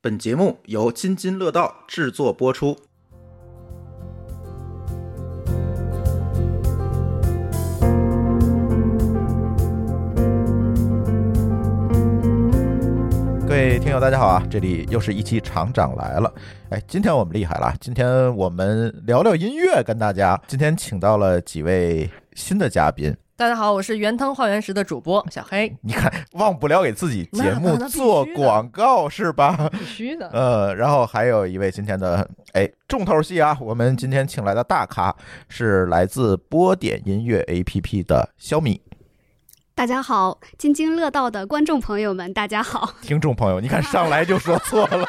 本节目由津津乐道制作播出。各位听友，大家好啊！这里又是一期厂长来了。哎，今天我们厉害了啊，今天我们聊聊音乐，跟大家今天请到了几位新的嘉宾。大家好，我是原汤化原石的主播小黑，你看，忘不了给自己节那目那必须的做广告是吧？必须 的。呃，然后还有一位今天的哎重头戏啊，我们今天请来的大咖是来自波点音乐 APP 的小米大家好，津津乐道的观众朋友们，大 家好！听众朋友，你看上来就说错 了，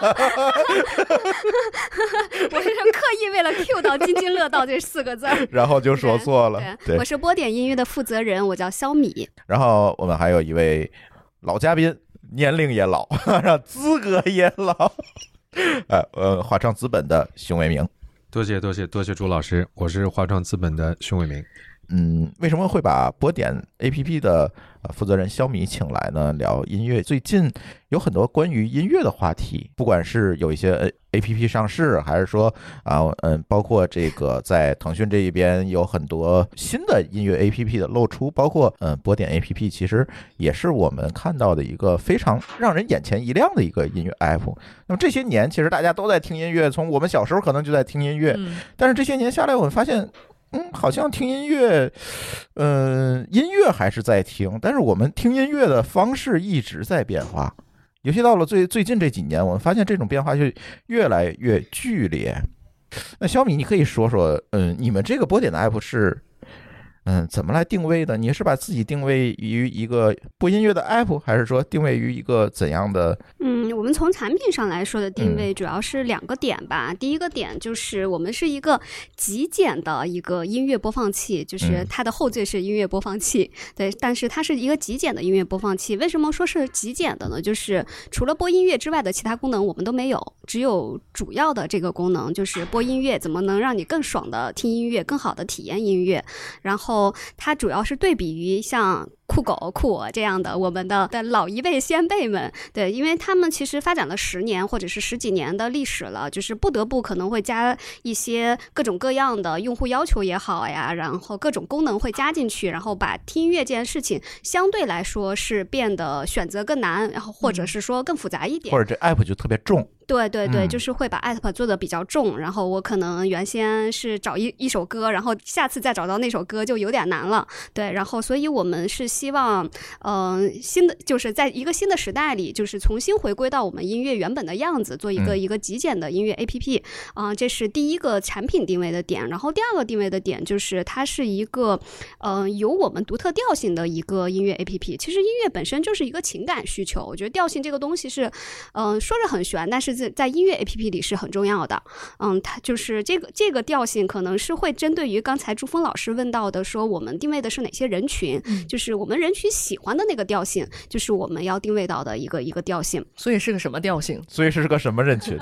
我是刻意为了 Q 到“津津乐道”这四个 字儿。然后就说错了，对我。是波点音乐的负责人，我叫肖米。然后我们还有一位老嘉宾，年龄也老， 然后资格也老， 呃呃，华创资本的熊维明。多谢多谢多谢朱老师，我是华创资本的熊伟明。嗯，为什么会把波点 APP 的呃负责人肖米请来呢？聊音乐，最近有很多关于音乐的话题，不管是有一些呃 APP 上市，还是说啊，嗯，包括这个在腾讯这一边有很多新的音乐 APP 的露出，包括嗯波点 APP，其实也是我们看到的一个非常让人眼前一亮的一个音乐 app。那么这些年，其实大家都在听音乐，从我们小时候可能就在听音乐，嗯，但是这些年下来，我们发现，嗯，好像听音乐，嗯、音乐还是在听，但是我们听音乐的方式一直在变化。尤其到了最最近这几年，我们发现这种变化就越来越剧烈。那小米，你可以说说，嗯，你们这个波点的 app 是，嗯，怎么来定位的？你是把自己定位于一个播音乐的 app，还是说定位于一个怎样的？嗯，我们从产品上来说的定位主要是两个点吧。第一个点就是我们是一个极简的一个音乐播放器，就是嗯它的后缀是音乐播放器，对，但是它是一个极简的音乐播放器。为什么说是极简的呢？就是除了播音乐之外的其他功能我们都没有，只有主要的这个功能就是播音乐，怎么能让你更爽的听音乐，更好的体验音乐？然后它主要是对比于像酷狗、酷我这样的我们的的老一辈先辈们，对，因为他们其实发展了十年或者是十几年的历史了，就是不得不可能会加一些各种各样的用户要求也好呀，然后各种功能会加进去，然后把听音乐这件事情相对来说是变得选择更难，然后或者是说更复杂一点或。者这 app 就特别重？对对对，嗯就是会把 app 做的比较重，然后我可能原先是找一一首歌，然后下次再找到那首歌就有点难了，对，然后所以我们是希望，嗯、新的就是在一个新的时代里，就是重新回归到我们音乐原本的样子，做一个嗯一个极简的音乐 app，啊、这是第一个产品定位的点，然后第二个定位的点就是它是一个，嗯、有我们独特调性的一个音乐 app，其实音乐本身就是一个情感需求，我觉得调性这个东西是嗯，说着很玄，但是在在音乐 A P P 里是很重要的。嗯，它就是这个这个调性，可能是会针对于刚才朱峰老师问到的，说我们定位的是哪些人群，就是我们人群喜欢的那个调性，就是我们要定位到的一个一个调性。所以是个什么调性？所以是个什么人群？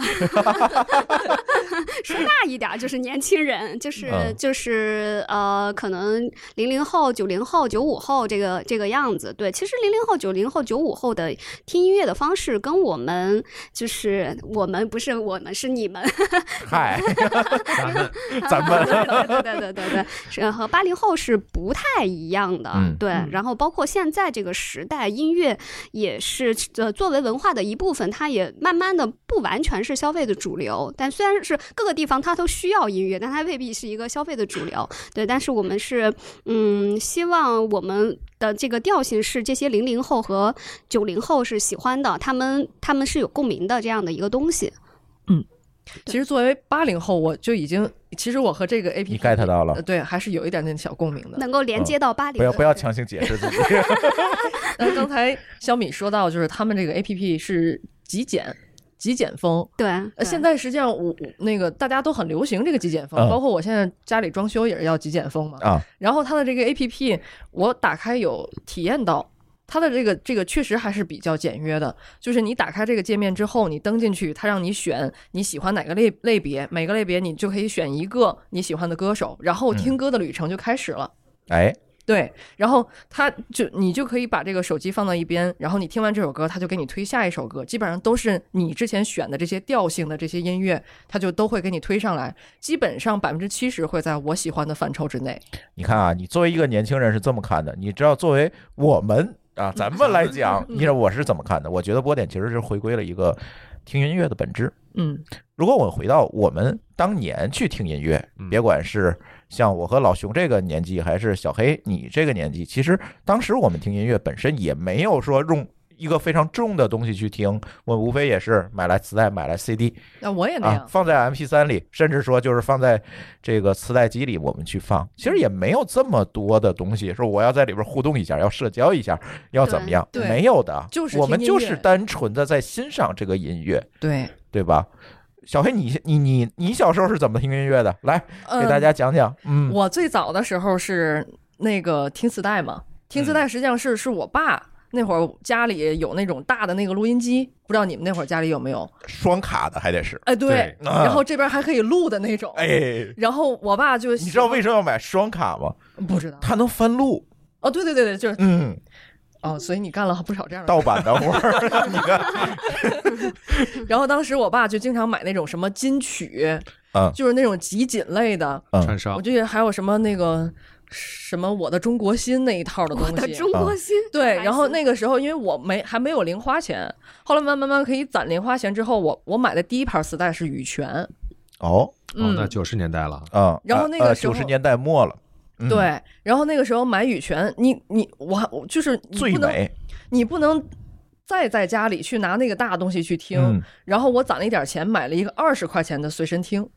说大一点儿，就是年轻人，就是、嗯就是呃，可能零零后、九零后、九五后这个这个样子。对，其实零零后、九零后、九五后的听音乐的方式，跟我们就是我们不是我们是你们。嗨，咱 咱们们对对对对对，是和八零后是不太一样的，嗯对嗯。然后包括现在这个时代，音乐也是呃作为文化的一部分，它也慢慢的不完全是消费的主流。但虽然是各个地方它都需要音乐，但它未必是一个消费的主流。对，但是我们是嗯，希望我们。的这个调性是这些零零后和九零后是喜欢的，他们他们是有共鸣的这样的一个东西。其实作为八零后，我就已经，其实我和这个 A P P 你 get 到了呃对，还是有一点点小共鸣的。能够连接到八哦零、不要不要强行解释自己。那刚才小米说到，就是他们这个 A P P 是极简，极简风。对，呃，对现在实际上我我那个大家都很流行这个极简风，嗯包括我现在家里装修也是要极简风嘛。啊，然后它的这个 A P P 我打开有体验到。它的这个这个确实还是比较简约的，就是你打开这个界面之后，你登进去，它让你选你喜欢哪个类类别，每个类别你就可以选一个你喜欢的歌手，然后听歌的旅程就开始了。哎，对，然后它就你就可以把这个手机放到一边，然后你听完这首歌，它就给你推下一首歌，基本上都是你之前选的这些调性的这些音乐，它就都会给你推上来，基本上百分之七十会在我喜欢的范畴之内。你看啊，你作为一个年轻人是这么看的，你知道作为我们啊，咱们来 讲，嗯你知道我是怎么看的？我觉得波点其实是回归了一个听音乐的本质。嗯如果我回到我们当年去听音乐，嗯别管是像我和老熊这个年纪，还是小黑你这个年纪，其实当时我们听音乐本身也没有说用一个非常重的东西去听，我无非也是买来磁带，买来 CD，那我也那啊样，，放在 MP 3里，甚至说就是放在这个磁带机里，我们去放，其实也没有这么多的东西，说我要在里边互动一下，要社交一下，要怎么样？对对没有的，就是我们听音就乐是单纯的在欣赏这个音乐，对，对吧？小黑你，你你你小时候是怎么听音乐的？来给嗯大家讲讲。嗯，我最早的时候是那个听磁带嘛，听嗯磁带实际上是是我爸那会儿家里有那种大的那个录音机，不知道你们那会儿家里有没有？双卡的还得是，哎，对，对啊然后这边还可以录的那种，哎，然后我爸就你知道为什么要买双卡吗？不知道？它能翻录，哦，对对对对，就是嗯，哦，所以你干了不少这样的。盗版 的活 儿，你看，然后当时我爸就经常买那种什么金曲，嗯就是那种集锦类的，串嗯，烧我，就觉得还有什么那个什么我的中国心那一套的东我西，的中国心。对，烦然后死那个时候因为我没还没有零花钱，后来慢慢慢可以攒零花钱之后，我我买的第一盘磁带是羽泉，哦，哦嗯，，那九十年代了，啊嗯，然后那个时九候十年代末了，嗯，对，然后那个时候买羽泉，你你我我就是你最不能美，你不能再在家里去拿那个大东西去听，嗯，然后我攒了一点钱买了一个二十块钱的随身听，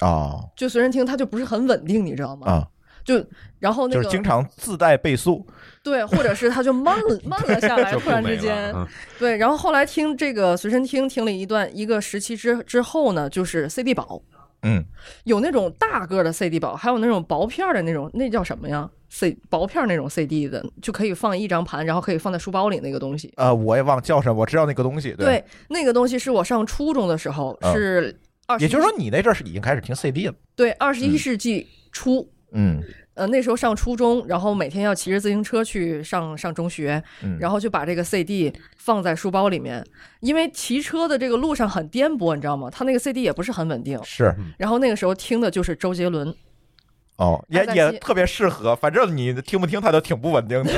哦就随身听它就不是很稳定，你知道吗？啊，就然后那就是个经常自带倍速，对，或者是它就慢了慢了下 来，就突不然美之间，啊了。嗯对，然后后来听这个随身听听了一段一个时期之之后呢，就是 CD 宝，嗯，有那种大个的 CD 宝，还有那种薄片儿的那种，那叫什么呀？C 薄片儿那种 CD 的，就可以放一张盘，然后可以放在书包里那个东西。呃，我也忘叫什么，我知道那个东西，对，，那个东西是我上初中的时候，嗯是二十，也就是说你那阵儿是已经开始听 CD 了，对二十一嗯世纪初。嗯呃，那时候上初中，然后每天要骑着自行车去上上中学，嗯，然后就把这个 CD 放在书包里面，因为骑车的这个路上很颠簸，你知道吗？它那个 CD 也不是很稳定。是然后那个时候听的就是周杰 伦，哦，也阿黛西也特别适合，反正你听不听它都挺不稳定 的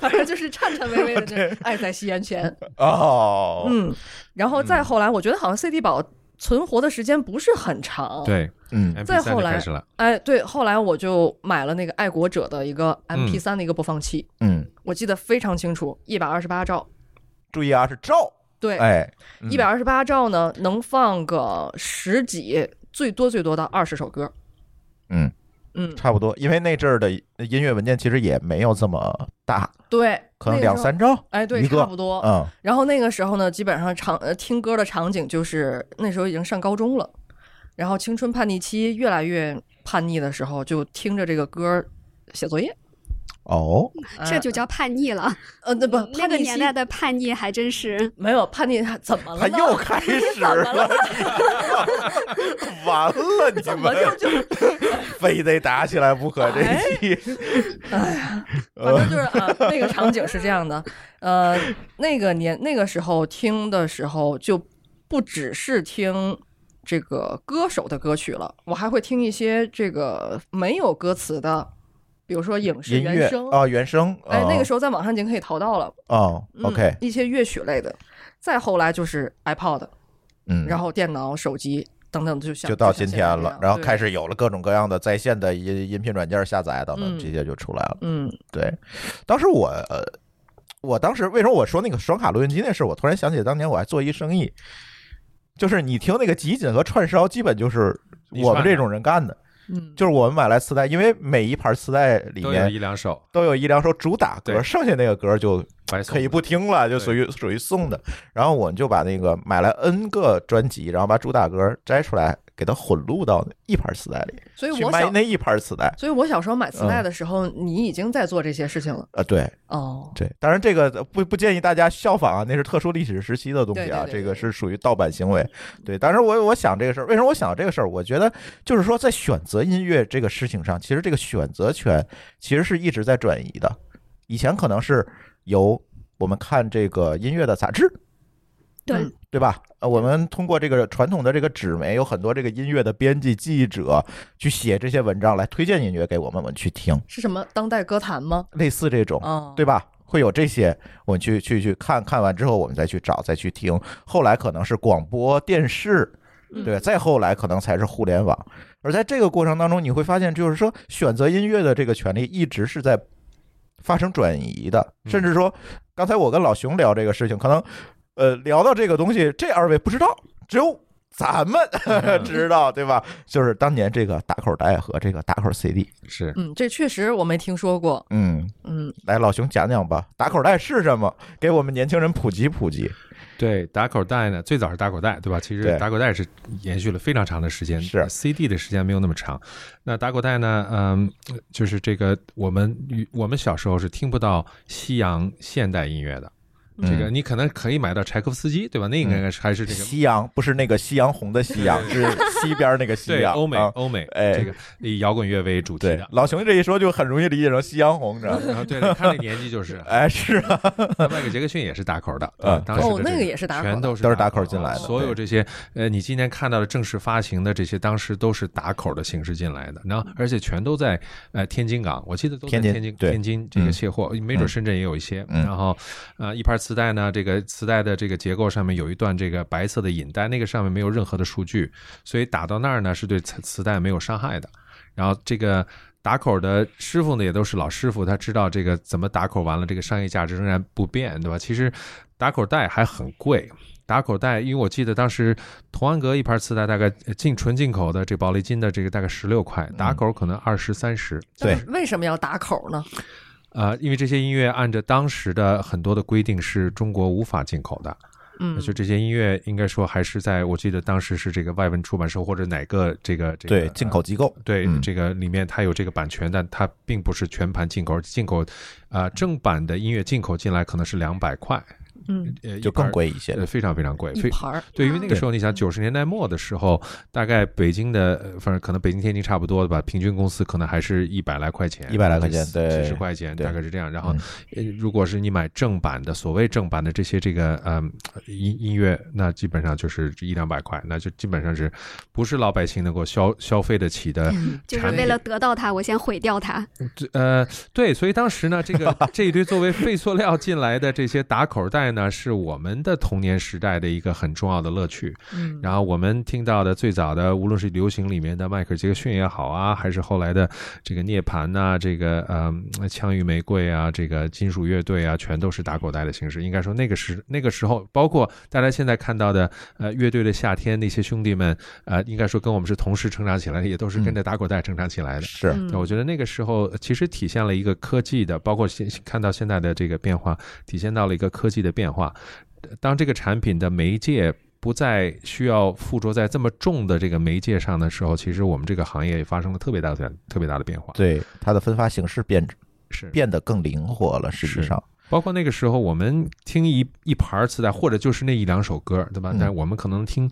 反正就是颤颤巍巍的这爱在西元前，哦，嗯，然后再后来，我觉得好像 CD 宝存活的时间不是很长，，对嗯再，MP 后三来开始了，哎，对，后来我就买了那个爱国者的一个嗯 MP 3的一个播放器，嗯，我记得非常清楚，一百二十八兆，注意啊，是照，对，哎，嗯一百二十八兆呢，能放个十几，最多最多到二十首歌，嗯嗯，差不多，因为那阵儿的音乐文件其实也没有这么大，对，可能那个两，时候三兆，哎，对，一个差不多。嗯，然后那个时候呢，基本上场呃听歌的场景就是那时候已经上高中了，然后青春叛逆期越来越叛逆的时候，就听着这个歌写作业。哦，这就叫叛逆了，呃， 那不那叛个逆年期代的叛逆还真是没有叛逆，怎么了他呢？又开始 了， 完了，你怎么们就就 哎非得打起来不可这一期，反正就是啊，那个场景是这样的。呃，那个年那个时候听的时候，就不只是听这个歌手的歌曲了，我还会听一些这个没有歌词的，比如说影视音乐原声。啊，原声，哎，那个时候候在网上已经可以淘到了。哦嗯，OK，一些乐曲类的，再后来就是 iPod，嗯，然后电脑、手机等等，就像就到今天就像现在这了样，然后对开始有了各种各样的在线的音音频软件下载等等，嗯这些就出来了。嗯对，当时我呃，我当时为什么我说那个双卡录音机那事儿，我突然想起当年我还做一生意，就是你听那个集锦和串烧，基本就是你我们串的这种人干的，嗯，就是我们买来磁带，因为每一盘磁带里都有面一两首都有一两首主打歌，对剩下那个歌就白送可以不听了，就对属于属于送的。然后我们就把那个买来 N 个专辑，然后把主打歌摘出来给它混入到一盘磁带里，所以去哎我卖小，那嗯一盘磁带。所以我小时候买磁带的时候，你已经在做这些事情了啊，对哦。对，当然这个不不建议大家效仿啊，那是特殊历史时期的东西啊，对对对对这个是属于盗版行为。对，当时我我想这个事儿，为什么我想到这个事儿？我觉得就是说，在选择音乐这个事情上，其实这个选择权其实是一直在转移的。以前可能是由我们看这个音乐的杂志，对嗯对吧？呃，我们通过这个传统的这个纸媒，有很多这个音乐的编辑记者去写这些文章来推荐音乐给我们，我们去听，是什么当代歌坛吗？类似这种，哦，对吧？会有这些，我们去去去看看完之后，我们再去找，再去听。后来可能是广播电视，嗯对吧，再后来可能才是互联网。而在这个过程当中，你会发现，就是说选择音乐的这个权利一直是在发生转移的，嗯甚至说，刚才我跟老熊聊这个事情，可能呃聊到这个东西，这二位不知道，只有。咱们 知道对吧？就是当年这个打口袋和这个打口 CD，是嗯，这确实我没听说过。嗯，嗯，来，老熊讲讲吧，打口袋是什么？给我们年轻人普及普及。对打口袋呢，最早是打口袋，对吧？其对实打口袋是延续了非常长的时间，是 CD 的时间没有那么长。那打口袋呢，嗯，就是这个我们与我们小时候是听不到西洋现代音乐的，这个嗯你可能可以买到柴可夫斯基，对吧？那应该是还是这个夕阳不是那个夕阳红的夕 阳，是西边那个夕对阳。欧美啊欧美哎这个以摇滚乐为主题对的，。老熊这一说就很容易理解成夕阳红，知道 吗？然后对，他那年 纪就是哎，是啊，迈克杰克逊也是打口的，嗯啊，当时的哦这那个也是打口的全都是都是打口口进来的所有这些呃，你今天看到的正式发行的这些，当时都是打口的形式进来的，然后而且全都在呃天津港，我记得都在天津天津对天津这嗯个卸货，没准深圳也有一些。嗯然后呃，一盘磁带呢，这个磁带的这个结构上面有一段这个白色的引带，那个上面没有任何的数据，所以打到那儿呢是对磁磁带没有伤害的。然后这个打口的师傅呢，也都是老师傅，他知道这个怎么打口完了，这个商业价值仍然不变，对吧？其实打口袋还很贵。打口袋，因为我记得当时同安阁一盘磁带大概呃进纯进口的这宝丽金的这个大概十六块，嗯打口可能二十三十。对，为什么要打口呢？呃，因为这些音乐按照当时的很多的规定是中国无法进口的，嗯，就这些音乐应该说还是在我记得当时是这个外文出版社或者哪个这个这个对，进口机构，对，嗯这个里面它有这个版权，但它并不是全盘进口。进口，啊，正版的音乐进口进来可能是两百块，嗯，呃，就一盘更儿，贵一些呃，。非常非常贵，一非盘儿，对，因为那个时候你想，九十年代末的时候，大概北京的，呃反正可能北京、天津差不多的吧，平均工资可能还是一百来块钱， 100来块钱对几十块钱，对嗯大概是这样。然后，呃如果是你买正版的，所谓正版的这些这个嗯音音乐，那基本上就是一两百块，那就基本上是不是老百姓能够消消费得起的就是产为品了得到它，我先毁掉它。这呃，对，所以当时呢，这个这一堆作为废塑料进来的这些打口袋呢，是我们的童年时代的一个很重要的乐趣。嗯，然后我们听到的最早的，无论是流行里面的迈克尔·杰克逊也好啊，还是后来的这个涅槃呐、这个呃枪与玫瑰啊，这个金属乐队啊，全都是打口袋的形式。应该说那个时那个时候，包括大家现在看到的呃乐队的夏天那些兄弟们，呃，应该说跟我们是同时成长起来的，也都是跟着打口袋成长起来的。是，嗯对，我觉得那个时候呃其实体现了一个科技的，包括现看到现在的这个变化，体现到了一个科技的变化。呃当这个产品的媒介不再需要附着在这么重的这个媒介上的时候，其实我们这个行业也发生了特别大的特别大的变化。对，它的分发形式变是，变得更灵活了，实际上，包括那个时候我们听一一盘儿磁带，或者就是那一两首歌，对吧？嗯但我们可能听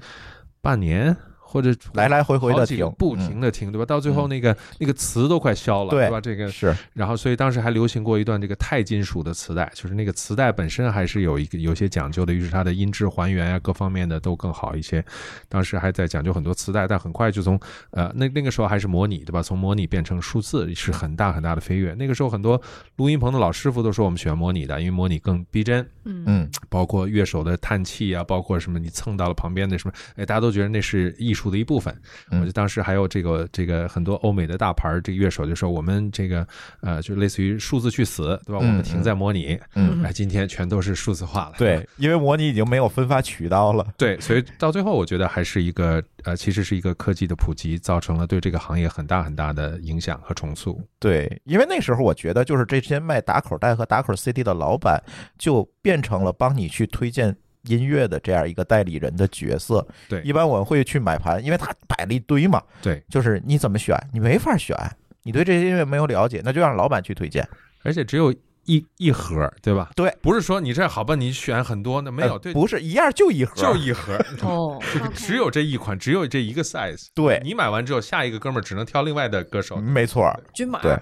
半年。或者来来回回好的几个听，嗯不停的听，对吧？到最后那个那个词都快消了，对对吧？这个嗯是，然后，所以当时还流行过一段这个钛金属的磁带，就是那个磁带本身还是有一个有些讲究的，于是它的音质还原啊，各方面的都更好一些。当时还在讲究很多磁带，但很快就从呃那那个时候还是模拟对吧？从模拟变成数字是很大很大的飞跃。那个时候很多录音棚的老师傅都说我们喜欢模拟的，因为模拟更逼真，嗯嗯，包括乐手的叹气啊，包括什么你蹭到了旁边的什么，哎，大家都觉得那是艺术的一部分。嗯我觉得当时还有这个这个很多欧美的大牌儿这个乐手就说我们这个呃就类似于数字去死，对吧？我嗯们停在模拟，嗯哎，今天全都是数字化了。对，因为模拟已经没有分发渠道了，对，所以到最后我觉得还是一个呃，其实是一个科技的普及，造成了对这个行业很大很大的影响和重塑。对，因为那时候我觉得，就是这些卖打口袋和打口 CD 的老板，就变成了帮你去推荐音乐的这样一个代理人的角色。对一般我们会去买盘，因为他摆了一堆嘛，对，就是你怎么选，你没法选，你对这些音乐没有了解，那就让老板去推荐。而且只有一一盒，对吧？对，不是说你这好吧，你选很多，那没有，呃对，不是一样就一盒，就一盒，哦，只有这一款，只有这一个 size。对嗯你买完之后，下一个哥们儿只能挑另外的歌手。没错儿。均码 对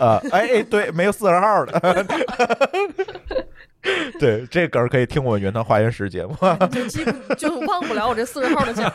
呃，哎哎，对，没有四十号的。 对，这梗儿可以听我们原汤化原食节目。就记不就忘不了我这四十号的奖。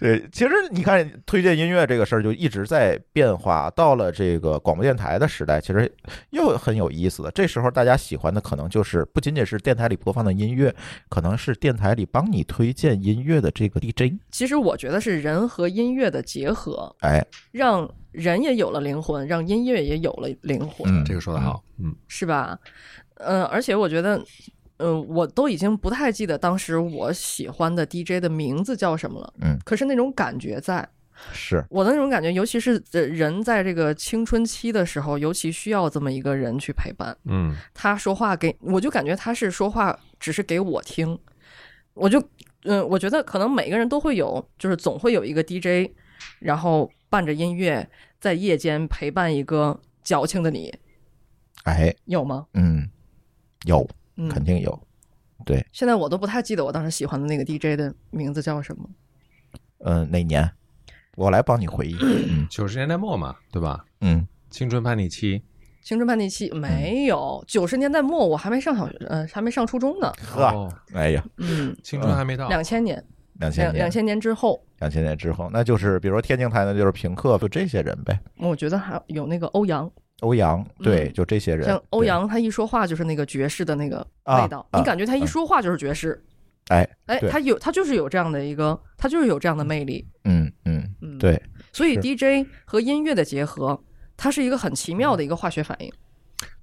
对，其实你看，推荐音乐这个事儿就一直在变化。到了这个广播电台的时代，其实又很有意思的。这时候大家喜欢的可能就是不仅仅是电台里播放的音乐，可能是电台里帮你推荐音乐的这个 DJ。其实我觉得是人和音乐的结合，哎，让人也有了灵魂，让音乐也有了灵魂，嗯，这个说的好，嗯，是吧？嗯、而且我觉得，嗯、我都已经不太记得当时我喜欢的 DJ 的名字叫什么了，嗯，可是那种感觉在。嗯，是我的那种感觉，尤其是呃人在这个青春期的时候，尤其需要这么一个人去陪伴。嗯，他说话给我就感觉他是说话只是给我听，我就嗯，我觉得可能每个人都会有，就是总会有一个 DJ，然后伴着音乐在夜间陪伴一个矫情的你，哎，有吗？嗯，有，嗯，肯定有。现在我都不太记得我当时喜欢的那个 DJ 的名字叫什么。嗯、哪年？我来帮你回忆。 嗯九十年代末嘛，对吧？嗯，青春叛逆期，青春叛逆期没有，九十年代末我还没上小学，呃，还没上初中呢。呵，哦哎呀，嗯，青春还没到，两千年，啊两千两年两，千年之后，两千年之后，那就是比如说天津台呢，就是平克，就这些人呗。我觉得还有那个欧阳，欧阳，对，嗯就这些人。像欧对，阳他一说话就是那个爵士的那个啊味道，啊你感觉他一说话就是爵士。哎，哎，对他有他就是有这样的一个，他就是有这样的魅力。嗯嗯，嗯，对，所以是 DJ 和音乐的结合，它是一个很奇妙的一个化学反应。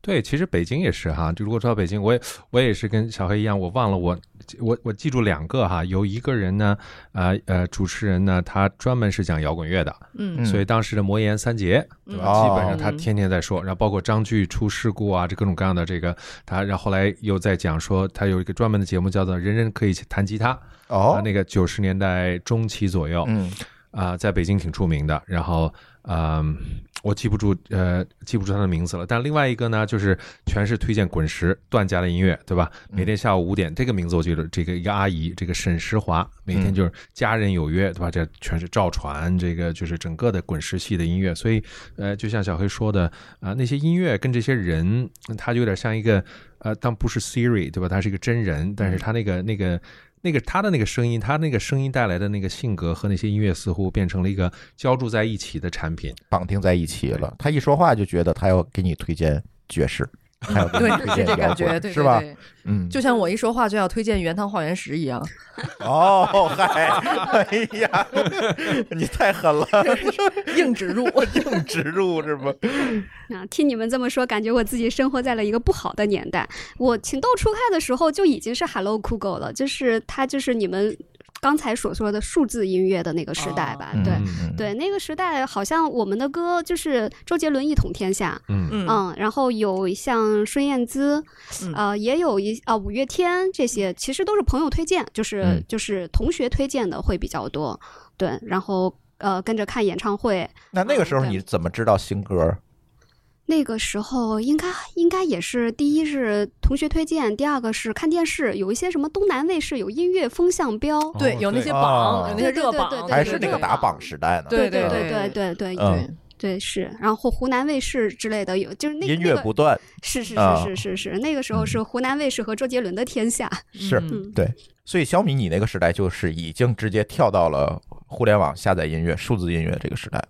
对，其实北京也是哈。就如果说到北京，我也我也是跟小黑一样，我忘了我我我记住两个哈。有一个人呢，呃呃，主持人呢，他专门是讲摇滚乐的，嗯嗯所以当时的魔岩三杰，对吧？嗯基本上他哦天天在说，然后包括张炬出事故啊，这各种各样的这个，他然后后来又在讲说，他有一个专门的节目叫做《人人可以弹吉他》，啊哦，那个九十年代中期左右，嗯啊、在北京挺出名的。然后，嗯、我记不住，呃，记不住他的名字了。但另外一个呢，就是全是推荐滚石、段家的音乐，对吧？每天下午五点，这个名字我记得，这个一个阿姨，这个沈石华，每天就是家人有约，对吧？这全是赵传，这个就是整个的滚石系的音乐。所以，呃，就像小黑说的，啊、那些音乐跟这些人，他就有点像一个，呃，当不是 Siri，对吧？他是一个真人，但是他那个那个。那个他的那个声音，他那个声音带来的那个性格和那些音乐似乎变成了一个浇筑在一起的产品。绑定在一起了。他一说话就觉得他要给你推荐爵 士，他要给对你，推是这荐摇感觉，对滚，是吧？对对嗯，就像我一说话就要推荐原汤化原食一样， 哦，嗨，哎呀， 你太狠了，硬植入。 硬植入是吧？啊，听你们这么说，感觉我自己生活在了一个不好的年代。我情窦初开的时候就已经是 Hello Google 了，就是它就是你们刚才所说的数字音乐的那个时代吧？哦对。嗯，对，那个时代好像我们的歌就是周杰伦一统天下，嗯，嗯嗯，然后有像孙燕姿，嗯呃，也有一啊、五月天这些，其实都是朋友推荐，就是、嗯就是同学推荐的会比较多，对，然后呃跟着看演唱会，那那个时候你怎么知道新歌？那个时候应该应该也是，第一是同学推荐，第二个是看电视，有一些什么东南卫视有音乐风向标，对，哦有那些对榜，哦有那些热对对榜，对还对是对那个对打榜时代呢？对对对对对对嗯对对是，然后湖南卫视之类的有，就是那音那乐个不断，是是啊是是是是，那个时候是湖南卫视和周杰伦的天下，是嗯嗯，对，所以小米，你那个时代就是已经直接跳到了互联网下载音乐、数字音乐这个时代，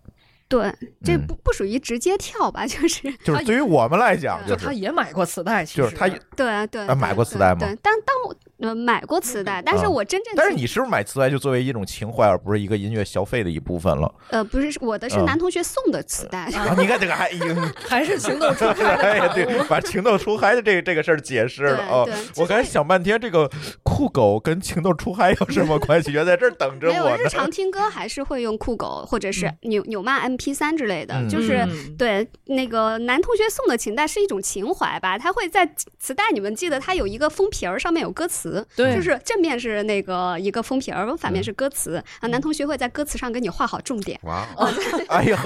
对，这嗯不不属于直接跳吧， 就是就是对于我们来讲，对就他是也买过磁带，其就实是他对对啊对买过对磁带吗对，但当我呃买过磁带，但是啊我真正但是去你是不是买磁带就作为一种情怀，而不是一个音乐消费的一部分了？呃不是我的是嗯男同学送的磁带，啊，你看这个还 已经，还是情窦初开哎的呀，产对，物。把情窦初开的这个这个事儿解释对了哦。对，就我刚才是想半天，这个酷狗跟情窦初开有什么关系？原来在这儿等着没有我日呢。常 听歌还是会用酷狗或者是嗯纽纽曼 MP 三之类的，就是。嗯对，那个男同学送的琴带是一种情怀吧，他会在磁带，你们记得它有一个封皮儿，上面有歌词，对，嗯就是正面是那个一个封皮儿，反面是歌词啊。男同学会在歌词上给你画好重 点，哇哦，哎呀，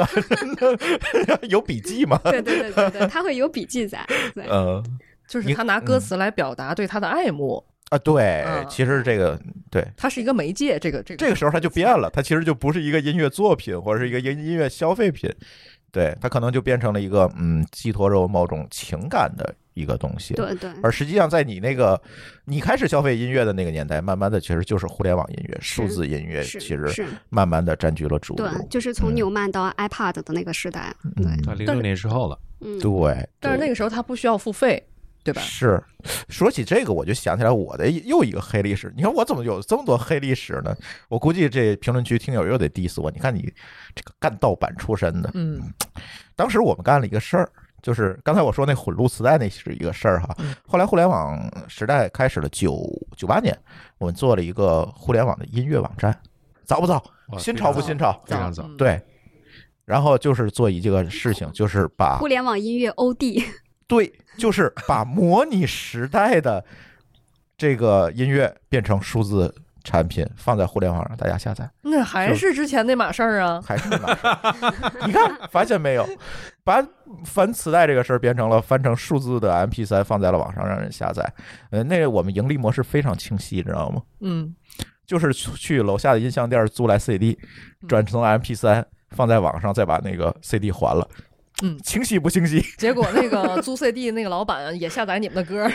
真的有笔记吗？对对对对对，他会有笔记在。对，嗯就是他拿歌词来表达对他的爱慕，啊，对嗯，其实这个对。它是一个媒介。这个这这个个时候它就变了，它其实就不是一个音乐作品或者是一个音音乐消费品，对，它可能就变成了一个嗯，寄托着某种情感的一个东西。对对而实际上，在你那个你开始消费音乐的那个年代，慢慢的其实就是互联网音乐、数是字音乐，是其实是，慢慢的占据了主流。对，就是从嗯纽曼到 iPad 的那个时代，对，嗯，啊，零六年之后了，嗯，对，但是那个时候他不需要付费，对吧？是，说起这个，我就想起来我的又一个黑历史。你看我怎么有这么多黑历史呢？我估计这评论区听友又得 diss 我。你看你这个干盗版出身的，嗯，当时我们干了一个事儿，就是刚才我说那混录磁带那是一个事儿哈嗯。后来互联网时代开始了，九九八年，我们做了一个互联网的音乐网站，早不早？哇新潮不非常新潮？非常早，嗯，对。然后就是做一个事情，就是把互联网音乐 OD，对，就是把模拟时代的这个音乐变成数字产品，放在互联网上大家下载，那还是之前那码事儿啊。还是那码事儿你看，发现没有，把翻磁带这个事儿变成了翻成数字的 MP 3放在了网上让人下载。呃，那个我们盈利模式非常清晰，你知道吗？嗯，就是去楼下的音像店租来 CD，嗯转成 MP 3放在网上，再把那个 CD 还了。嗯清晰不清哎晰？结果那个租 CD 那个老板也下载你们的歌，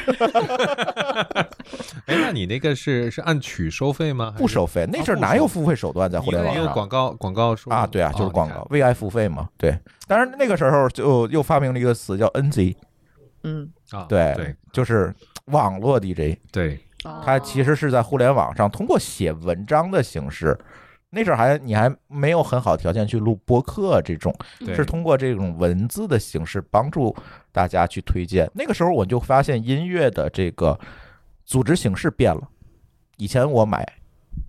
哎，那你那个是是按曲收费吗？还不是收费，那啊阵儿不哪收有付费手段在互联有网有上？广告广告收入啊，对啊，就是广。告哦为爱付费嘛，对。当然那个时候就又发明了一个词叫 NZ，嗯，你看啊，对，对就是网络 DJ，对，哦它其实是在互联网上通过写文章的形式。那时候还你还没有很好条件去录播客，这种嗯对是通过这种文字的形式帮助大家去推荐。那个时候我就发现音乐的这个组织形式变了。以前我买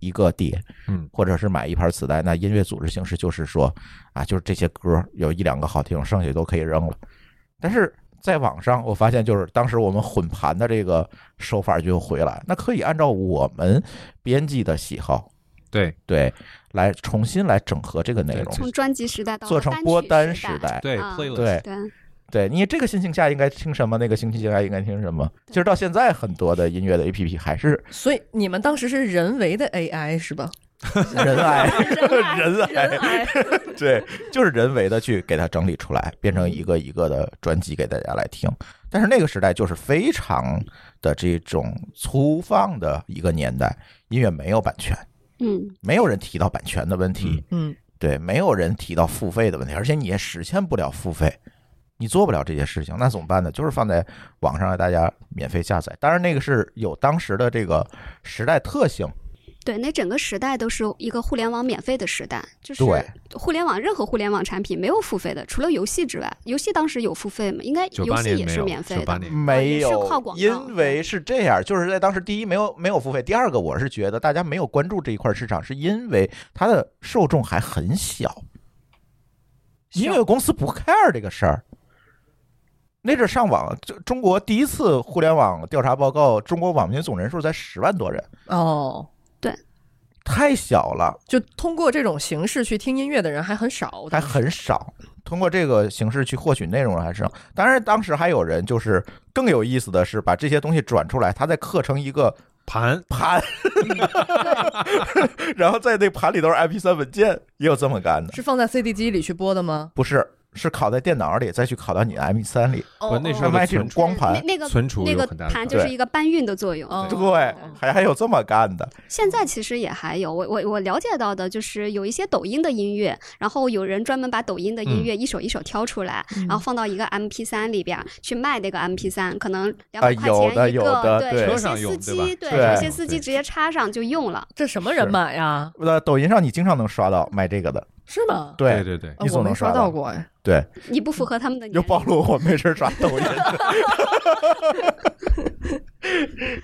一个碟，嗯，或者是买一盘磁带，那音乐组织形式就是说啊，就是这些歌有一两个好听，剩下都可以扔了。但是在网上，我发现就是当时我们混盘的这个手法就回来，那可以按照我们编辑的喜好，对对，来重新来整合这个内容对，从专辑时代到做成播单单时时代，代。对啊，playlist，对对，对你这个心情下应该听什么，那个心情下应该听什么。其实到现在，很多的音乐的 APP 还是所以你们当时是人为的 AI 是吧？人爱 人爱人 AI，对，就是人为的去给它整理出来，变成一个一个的专辑给大家来听。但是那个时代就是非常的这种粗放的一个年代，音乐没有版权，嗯，没有人提到版权的问题，嗯，对，没有人提到付费的问题，而且你也实现不了付费，你做不了这些事情，那怎么办呢？就是放在网上让大家免费下载。当然，那个是有当时的这个时代特性，对，那整个时代都是一个互联网免费的时代，就是对互联网任何互联网产品没有付费的，除了游戏之外，游戏当时有付费吗？应该九游八戏年也没是有免，费九八的。年没哦也是靠有广，告因为是这样，就是在当时，第一没有没有付费，第二个我是觉得大家没有关注这一块市场，是因为它的受众还很小，音乐公司不 care 这个事儿。那阵儿上网，就中国第一次互联网调查报告，中国网民总人数才十万多人，哦，太小了。就通过这种形式去听音乐的人还很少，还很少通过这个形式去获取内容了还是当然，当时还有人就是更有意思的是把这些东西转出来，他再刻成一个盘盘，然后在那盘里都是 MP3 文件，也有这么干的。是放在 CD 机里去播的吗？不是，是拷在电脑里，再去拷到你 M 三里，哦不那时候它的卖这种光存储那盘。那个存储那有个很大的盘作就用对是一个搬运的作用。哦对哦，还还有这么干的，现在其实也还有，我我我了解到的就是有一些抖音的音乐，然后有人专门把抖音的嗯音乐一首一首挑出来，然后放到一个 MP 三里边儿去卖那个 MP 三，可能两百块哎有钱一个，的有的对对，有车上些用司对吧机对对有些司机直接插上就用了。这什么人买呀？那抖音上你经常能刷到卖这个的，是吗？对对，对对，啊你我总没能刷刷到到过哎，对，你不符合 他们的年又龄，暴露我没事刷 抖音。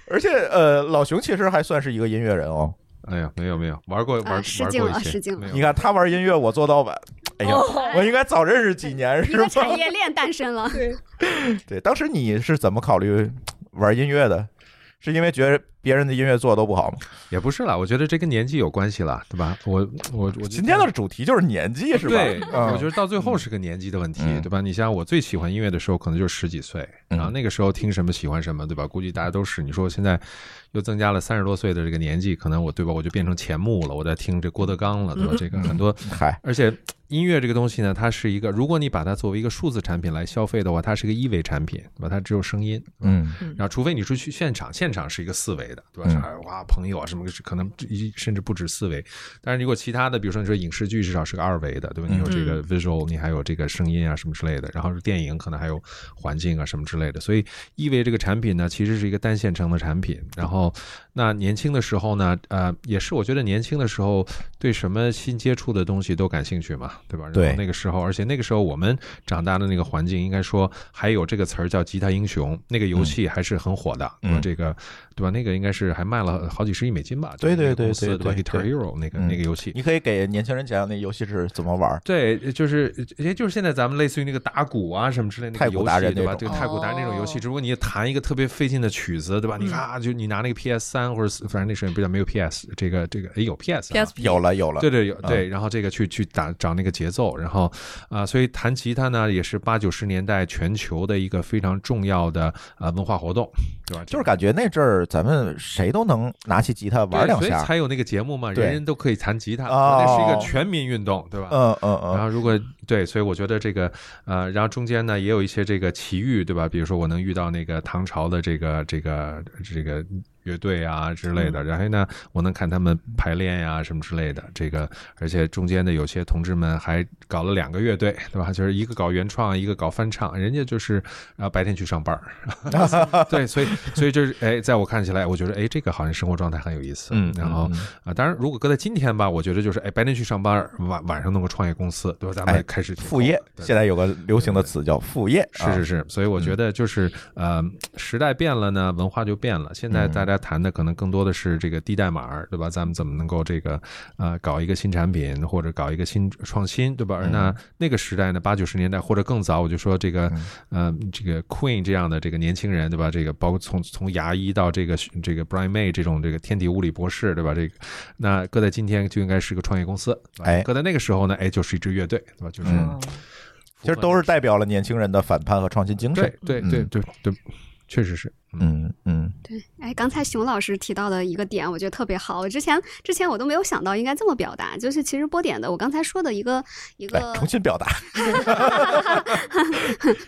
而且呃，老熊其实还算是一个音乐人哦。哎呀，没有没有玩过玩啊失玩敬过一了些，失敬了没有你看他玩音乐，我做盗版。哎呀，我应该早认识几年一是个吧？哦产业链诞生了。 对，当时你是怎么考虑玩音乐的？是因为觉得别人的音乐做的都不好吗？也不是啦，我觉得这跟年纪有关系啦，对吧？我我我今天的主题就是年纪，是吧？对，嗯我觉得到最后是个年纪的问题，嗯对吧？你像我最喜欢音乐的时候，可能就是十几岁，嗯然后那个时候听什么喜欢什么，对吧？估计大家都是。你说现在又增加了三十多岁的这个年纪，可能我对吧，我就变成钱穆了，我在听这郭德纲了，对吧？嗯这个很多，嗨，而且音乐这个东西呢，它是一个，如果你把它作为一个数字产品来消费的话，它是一个一维产品，对吧？它只有声音，嗯然后，除非你出去现场，现场是一个四维的，对嗯吧？是哇，朋友啊什么，是可能一甚至不止四维。但是如果其他的，比如说你说影视剧，至少是个二维的，对吧？嗯你有这个 visual，你还有这个声音啊什么之类的。然后是电影可能还有环境啊什么之类的。所以一维这个产品呢，其实是一个单线程的产品。然后那年轻的时候呢，呃，也是我觉得年轻的时候对什么新接触的东西都感兴趣嘛，对吧？然后对那个时候，而且那个时候我们长大的那个环境，应该说还有这个词儿叫“吉他英雄”，那个游戏还是很火的，嗯对吧？这个对吧？那个应该是还卖了好几十亿美金吧？对对就是那个公司对对吧对？Guitar 对 Hero 那个嗯那个游戏。你可以给年轻人讲讲那游戏是怎么玩儿。对，就是也就是现在咱们类似于那个打鼓啊什么之类的那太个鼓游达人戏，对吧？那对种太鼓达人那种游戏，哦只不过你弹一个特别费劲的曲子，对吧？嗯你啊，就你拿那个 PS 三或者四反正那时候也不叫没有 PS，这个这个哎有 PS 啊 PSP 有了有了，对对有嗯对，然后这个去去打找那个节奏，然后啊、所以弹吉他呢也是八九十年代全球的一个非常重要的啊文化活动，对吧？就是感觉那阵儿咱们谁都能拿起吉他玩对两所以下。才有那个节目嘛，对人人都可以弹吉他，哦那是一个全民运动，对吧？嗯嗯然嗯，后，如果对，所以我觉得这个，呃，然后中间呢也有一些这个奇遇，对吧？比如说我能遇到那个唐朝的这个这个这个乐队啊之类嗯的，然后呢，我能看他们排练呀、什么之类的。这个，而且中间的有些同志们还搞了两个乐队，对吧？就是一个搞原创，一个搞翻唱，人家就是啊、呃白天去上班儿， 对，所以所以就是哎，在我看起来，我觉得哎，这个好像生活状态很有意思，嗯然后嗯嗯啊，当然，如果搁在今天吧，我觉得就是，哎，白天去上班，晚晚上弄个创业公司，对吧？咱们哎也开始挺副业好的对现在有个流行的词叫副业，啊是是是，所以我嗯觉得就是，呃，时代变了呢，文化就变了。现在嗯大家谈的可能更多的是这个低代码儿，对吧？咱们怎么能够这个，呃，搞一个新产品或者搞一个新创新，对吧？而嗯那那个时代呢，八九十年代或者更早，我就说这个，嗯呃，这个 Queen 这样的这个年轻人，对吧？这个包括从从牙医到这个这个 Brian May 这种这个天体物理博士，对吧？这个那搁在今天就应该是个创业公司，对吧哎搁在那个时候呢，哎，就是一支乐队，对吧？就是嗯其实都是代表了年轻人的反叛和创新精神对。嗯对对对对，确实是。嗯嗯，对，哎，刚才熊老师提到的一个点，我觉得特别好。我之前之前我都没有想到应该这么表达，就是其实波点的我刚才说的一个一来个哎重新表达。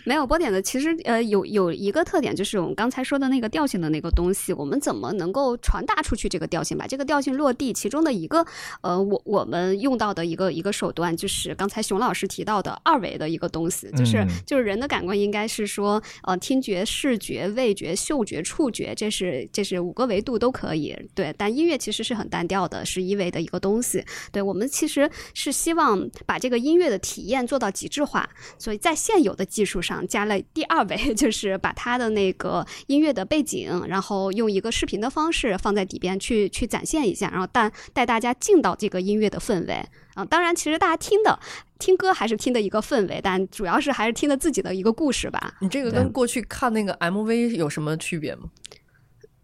没有波点的，其实呃有有一个特点，就是我们刚才说的那个调性的那个东西，我们怎么能够传达出去这个调性，把这个调性落地？其中的一个呃，我我们用到的一个一个手段，就是刚才熊老师提到的二维的一个东西，就是、嗯就是人的感官应该是说呃听觉、视觉、味觉、嗅觉、触觉，这是这是五个维度都可以对，但音乐其实是很单调的，是一维的一个东西。对我们其实是希望把这个音乐的体验做到极致化，所以在现有的技术上加了第二维， 就是把它的那个音乐的背景，然后用一个视频的方式放在底边去去展现一下，然后带带大家进到这个音乐的氛围。啊、当然，其实大家听的听歌还是听的一个氛围，但主要是还是听的自己的一个故事吧。你这个对跟过去看那个 MV 有什么区别吗？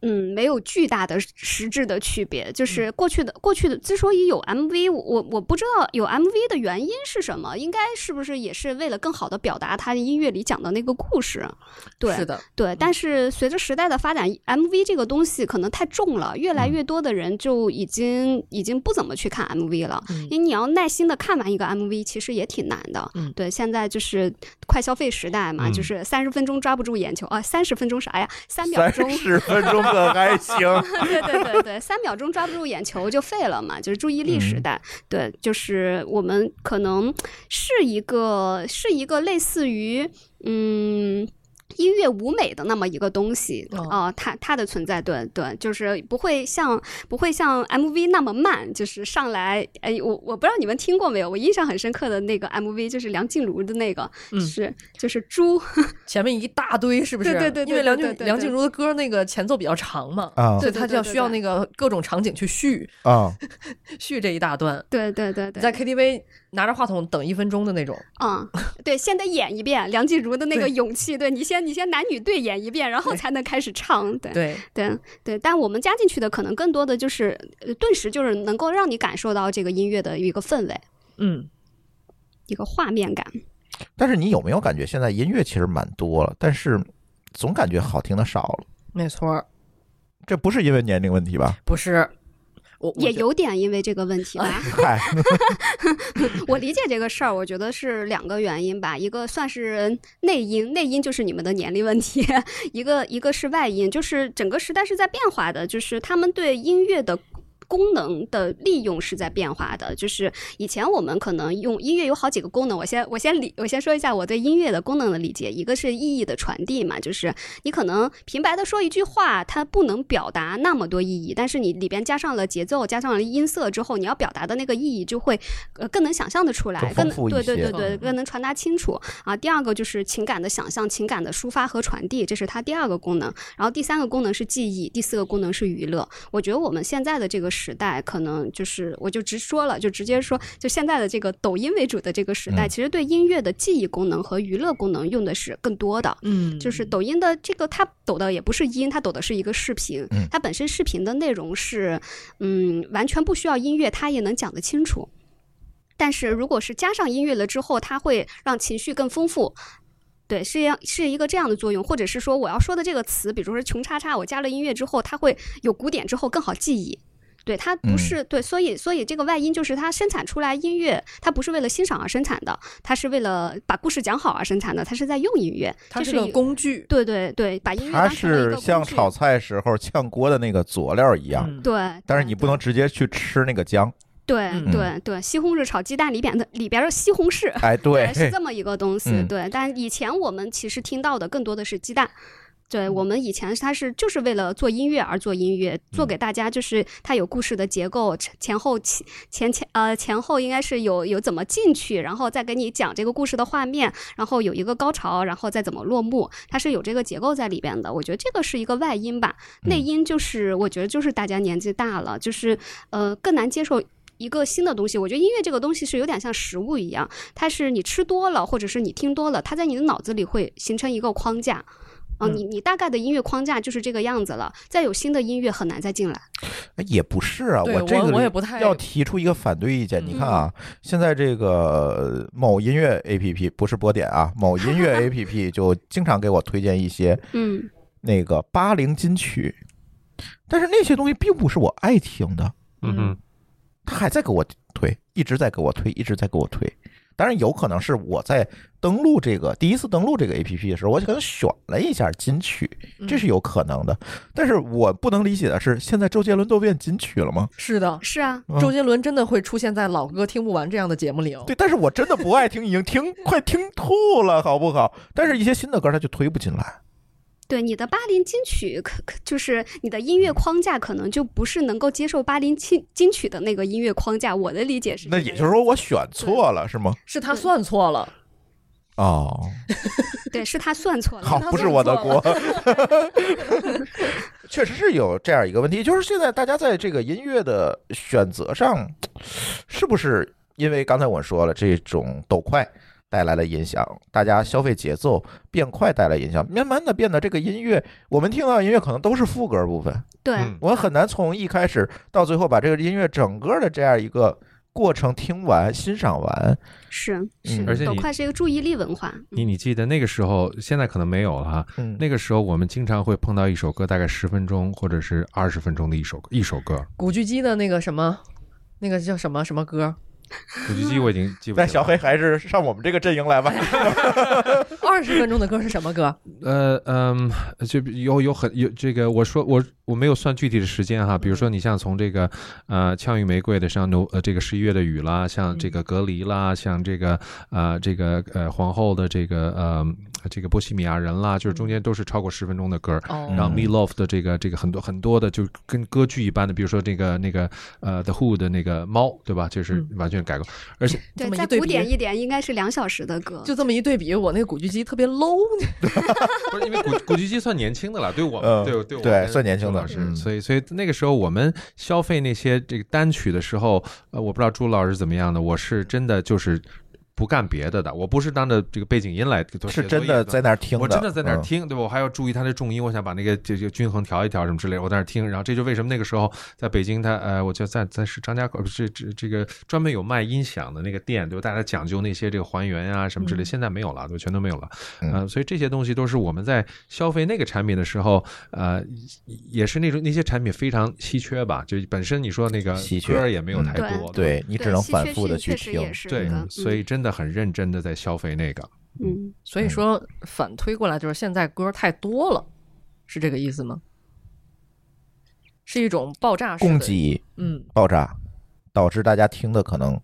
嗯，没有巨大的实质的区别。就是过去的过去的之所以有 MV，我我我不知道有 MV 的原因是什么，应该是不是也是为了更好的表达他音乐里讲的那个故事？对，是的，对，但是随着时代的发展，MV 这个东西可能太重了，越来越多的人就已经、已经不怎么去看 MV 了，嗯因为你要耐心的看完一个 MV，其实也挺难的。嗯对，现在就是快消费时代嘛，嗯就是三十分钟抓不住眼球啊，三十分钟啥呀？三秒三钟。十分钟的还 行，对对对对，三秒钟抓不住眼球就废了嘛，就是注意力时代。对，就是我们可能是一个是一个类似于嗯。音乐舞美的那么一个东西啊、哦它它的存在，对对，就是不会像不会像 MV 那么慢，就是上来，哎，我我不知道你们听过没有，我印象很深刻的那个 MV 就是梁静茹的那个，嗯是就是猪，前面一大堆，是不是？对对对对因为梁对对静对哦梁静茹的歌那个前奏比较长嘛，啊所以对对她就要对对需要对那个各种场景去续啊，续这一大段。对对对你对，在 KTV 拿着话筒等一分钟的那种，嗯，对，先得演一遍梁静茹的那个对勇气，对你先你先男女对演一遍，然后对才能开始唱，对对，对对但我们加进去的可能更多的就是，呃顿时就是能够让你感受到这个音乐的一个氛围，嗯，一个画面感。但是你有没有感觉现在音乐其实蛮多了，但是总感觉好听的少了？没错儿，这不是因为年龄问题 吧？不是我我也觉啊有点因为这个问题吧，嗨，我理解这个事儿，我觉得是两个原因吧，一个算是内因，内因就是你们的年龄问题， 一个一个是外因，就是整个时代是在变化的，就是他们对音乐的。功能的利用是在变化的，就是以前我们可能用音乐有好几个功能，我先我先理我先说一下我对音乐的功能的理解，一个是意义的传递嘛，就是你可能平白的说一句话，它不能表达那么多意义，但是你里边加上了节奏，加上了音色之后，你要表达的那个意义就会呃更能想象的出来更，更丰能富一对对些对对，嗯更能传达清楚啊。第二个就是情感的想象、情感的抒发和传递，这是它第二个功能。然后第三个功能是记忆，第四个功能是娱乐。我觉得我们现在的这个时代，可能就是我就直说了，就直接说，就现在的这个抖音为主的这个时代，嗯其实对音乐的记忆功能和娱乐功能用的是更多的。嗯就是抖音的这个，它抖的也不是音，它抖的是一个视频嗯，它本身视频的内容是，嗯，完全不需要音乐，它也能讲得清楚。但是如果是加上音乐了之后，它会让情绪更丰富。对，是要是一个这样的作用，或者是说我要说的这个词，比如说“穷叉叉”，我加了音乐之后，它会有鼓点之后更好记忆。对，它不是、对，所以所以这个外音就是它生产出来音乐，它不是为了欣赏而生产的，它是为了把故事讲好而生产的，它是在用音乐，它这是是个一工具，对对对，把音乐它当成了一个是工像具炒菜时候炝锅的那个佐料一样，嗯对，但是对你不能直接去吃那个姜。对嗯对对，西红柿炒鸡蛋里边的里边的西红柿，哎，对，是这么一个东西。嗯对，但以前我们其实听到的更多的是鸡蛋。对我们以前它是就是为了做音乐而做音乐，嗯做给大家就是它有故事的结构，前前后前前前呃前后应该是有有怎么进去，然后再给你讲这个故事的画面，然后有一个高潮，然后再怎么落幕，它是有这个结构在里边的。我觉得这个是一个外因吧，内嗯因就是我觉得就是大家年纪大了，就是呃更难接受。一个新的东西，我觉得音乐这个东西是有点像食物一样，它是你吃多了，或者是你听多了，它在你的脑子里会形成一个框架。啊，嗯你你大概的音乐框架就是这个样子了，再有新的音乐很难再进来。哎也不是啊，对这我个我也不太要提出一个反对意见。你看啊，现在这个呃某音乐 APP 不是波点啊，某音乐 APP 就经常给我推荐一些嗯，那个八零金曲，但是那些东西并不是我爱听的，嗯哼，他还在给我推，一直在给我推，一直在给我推。当然，有可能是我在登录这个第一次登录这个 A P P 的时候，我可能选了一下金曲，这嗯是有可能的。但是我不能理解的是，现在周杰伦都变金曲了吗？是的。是啊，嗯周杰伦真的会出现在老歌听不完这样的节目里哦。对，但是我真的不爱听，已经听快听吐了，好不好？但是一些新的歌他就推不进来。对你的八零金曲可可就是你的音乐框架，可能就不是能够接受八零金金曲的那个音乐框架。我的理解是这那个样子，也就是说，我选错了是吗？是他算错了，哦，对，是他算错了。好，他不是算我的错了锅。 确实是有这样一个问题，就是现在大家在这个音乐的选择上，是不是因为刚才我说了这种抖快，带来了影响，大家消费节奏变快带来影响，慢慢的变得这个音乐，我们听到的音乐可能都是副歌部分，对，嗯我很难从一开始到最后把这个音乐整个的这样一个过程听完、欣赏完。是是，嗯而且抖你快是一个注意力文化，嗯你你记得那个时候，现在可能没有了哈。嗯，那个时候我们经常会碰到一首歌，大概十分钟或者是二十分钟的一首一首歌。古巨基的那个什么，那个叫什么什么歌，古巨基我已经记不。但小黑，还是上我们这个阵营来 吧。二十分钟的歌是什么歌？呃嗯，就有有很有这个，我说我我没有算具体的时间哈。比如说你像从这个呃《枪与玫瑰》的，像牛呃这个十一月的雨啦，像这个隔离啦，像这个呃这个呃皇后的这个呃这个波西米亚人啦，就是中间都是超过十分钟的歌。哦，然后嗯 m e l o f 的这个这个很多很多的，就跟歌剧一般的，比如说这个那个呃 The Who 的那个猫，对吧？就是完全改过，而且这对，么一再对古比典一点，应该是两小时的歌，就这么一对比，我那个古巨基特别 low，不是因为古古巨基算年轻的了，对我们、嗯对对我对跟算年轻的朱老师，嗯所以所以那个时候我们消费那些这个单曲的时候，呃，我不知道朱老师怎么样的，我是真的就是不干别的的，我不是当着这个背景音来给做是写作真业的在那儿听我真的在那儿嗯听，对吧？我还要注意它的重音，我想把那个这这均衡调一调什么之类的，我在那儿听。然后这就为什么那个时候在北京它，呃，我就在在是张家口，不是这这个专门有卖音响的那个店，对吧？大家讲究那些这个还原啊什么之嗯类，现在没有了，都全都没有了。嗯呃，所以这些东西都是我们在消费那个产品的时候，呃，也是那种那些产品非常稀缺吧，就本身你说那个稀缺歌儿也没有嗯太对多，对你只对能稀反缺复的去性确实听也。是对一个，所以真的很认真的在消费那个。嗯，所以说反推过来就是现在歌太多了，是这个意思吗？是一种爆炸式的供，给嗯，爆炸，导致大家听的可能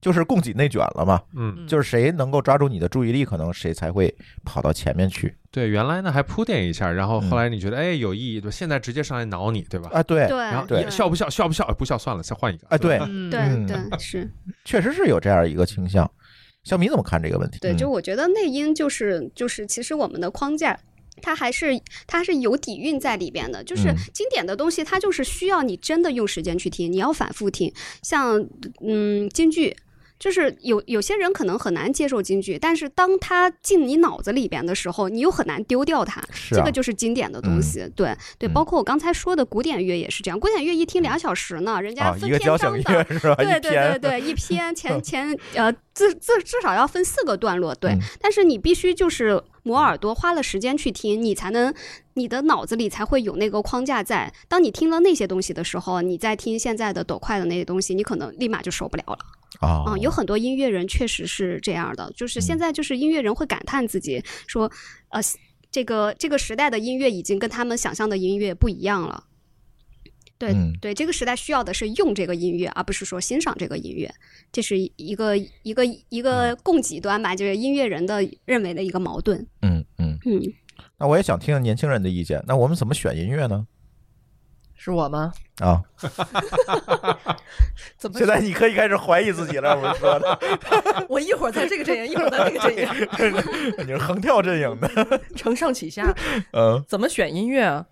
就是供给内卷了嘛，嗯嗯就是谁能够抓住你的注意力，可能谁才会跑到前面去对，原来呢还铺垫一下，然后后嗯来你觉得、哎有意义，对，现在直接上来挠你，对吧？啊。对，然后对你笑不笑？笑不笑？不笑算了，再换一个。啊对吧嗯对对是。确实是有这样一个倾向。小米怎么看这个问题？对，嗯就我觉得内因就是就是，其实我们的框架。它还是它是有底蕴在里边的，就是嗯经典的东西，它就是需要你真的用时间去听，你要反复听。像嗯京剧，就是有有些人可能很难接受京剧，但是当它进你脑子里边的时候，你又很难丢掉它。是这啊个，就是经典的东西，对对，嗯包括我刚才说的古典乐也是这样，古典乐一听两小时呢，人家啊，分一个篇交章响的，乐是吧？ 对一对对天对，一 篇前前呃，至至至少要分四个段落，对。嗯但是你必须就是磨耳朵，花了时间去听，你才能你的脑子里才会有那个框架在。当你听了那些东西的时候，你再听现在的抖快的那些东西，你可能立马就受不了了。啊嗯，有很多音乐人确实是这样的，就是嗯现在就是音乐人会感叹自己说，呃，这个这个时代的音乐已经跟他们想象的音乐不一样了。对、嗯对，这个时代需要的是用这个音乐，而不是说欣赏这个音乐，这是一个一个一个供给端吧，就是音乐人的认为的一个矛盾。嗯嗯。嗯，那我也想听听年轻人的意见。那我们怎么选音乐呢？是我吗？啊，怎么现在你可以开始怀疑自己了。我们说 的，我一会儿在这个阵营，一会儿在那个 阵营，你是横跳阵营的，承上启下，嗯。怎么选音乐啊？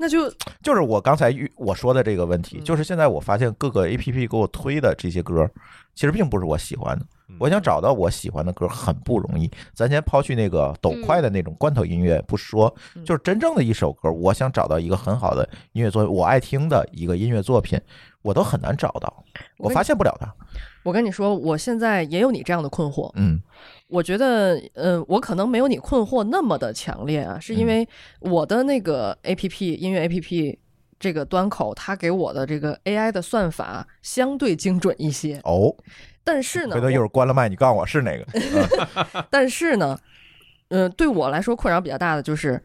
那就就是我刚才遇我说的这个问题，嗯就是现在我发现各个 A P P 给我推的这些歌，其实并不是我喜欢的嗯。我想找到我喜欢的歌很不容易。咱先抛去那个抖快的那种罐头音乐不说，嗯就是真正的一首歌，我想找到一个很好的音乐作品，我爱听的一个音乐作品，我都很难找到，我跟发现不了它。我跟你说，我现在也有你这样的困惑。嗯我觉得，呃，我可能没有你困惑那么的强烈啊，是因嗯为我的那个 A P P 音乐 A P P 这个端口，它给我的这个 A I 的算法相对精准一些。哦，但是呢回，头一会儿关了麦，你告诉我是 哪个？但是呢，嗯、对我来说困扰比较大的就是，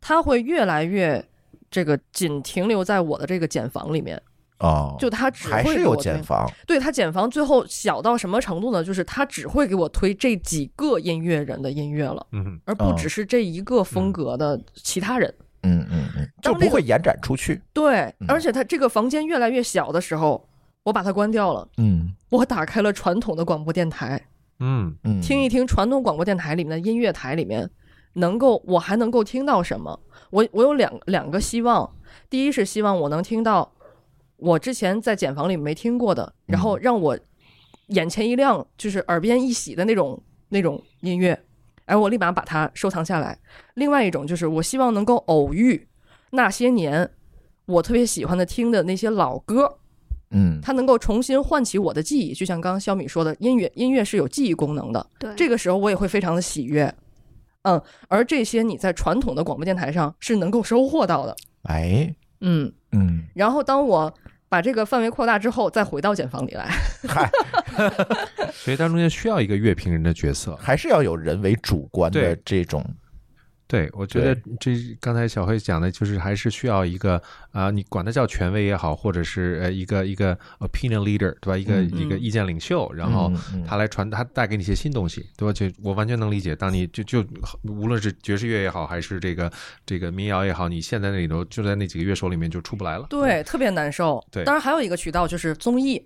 它会越来越这个仅停留在我的这个茧房里面，哦，就它只还会是给有我茧推房。对它茧房最后小到什么程度呢？就是它只会给我推这几个音乐人的音乐了，嗯，而不只是这一个风格的其他人。嗯嗯嗯，就当那不个会延展出去。对嗯，而且它这个房间越来越小的时候，我把它关掉了。嗯我打开了传统的广播电台，嗯，嗯，听一听传统广播电台里面的音乐台里面，能够我还能够听到什么？我我有两两个希望，第一是希望我能听到我之前在茧房里没听过的，然后让我眼前一亮，就是耳边一喜的那种那种音乐，哎，我立马把它收藏下来。另外一种就是我希望能够偶遇那些年我特别喜欢的听的那些老歌，嗯，它能够重新唤起我的记忆。就像刚刚肖米说的，音乐音乐是有记忆功能的，对，这个时候我也会非常的喜悦。嗯，而这些你在传统的广播电台上是能够收获到的。哎，嗯，嗯，然后当我把这个范围扩大之后，再回到简房里来。 嗨，所以它中间需要一个乐评人的角色。还是要有人为主观的对这种，对，我觉得这刚才小黑讲的，就是还是需要一个啊、你管他叫权威也好，或者是呃一个一个 opinion leader，对吧？一个、嗯一个意见领袖，然后嗯嗯他来传，他带给你一些新东西，对吧？就我完全能理解，当你就就无论是爵士乐也好，还是这个这个民谣也好，你现在那里头就在那几个乐手里面就出不来了。对，特别难受。对当然还有一个渠道就是综艺，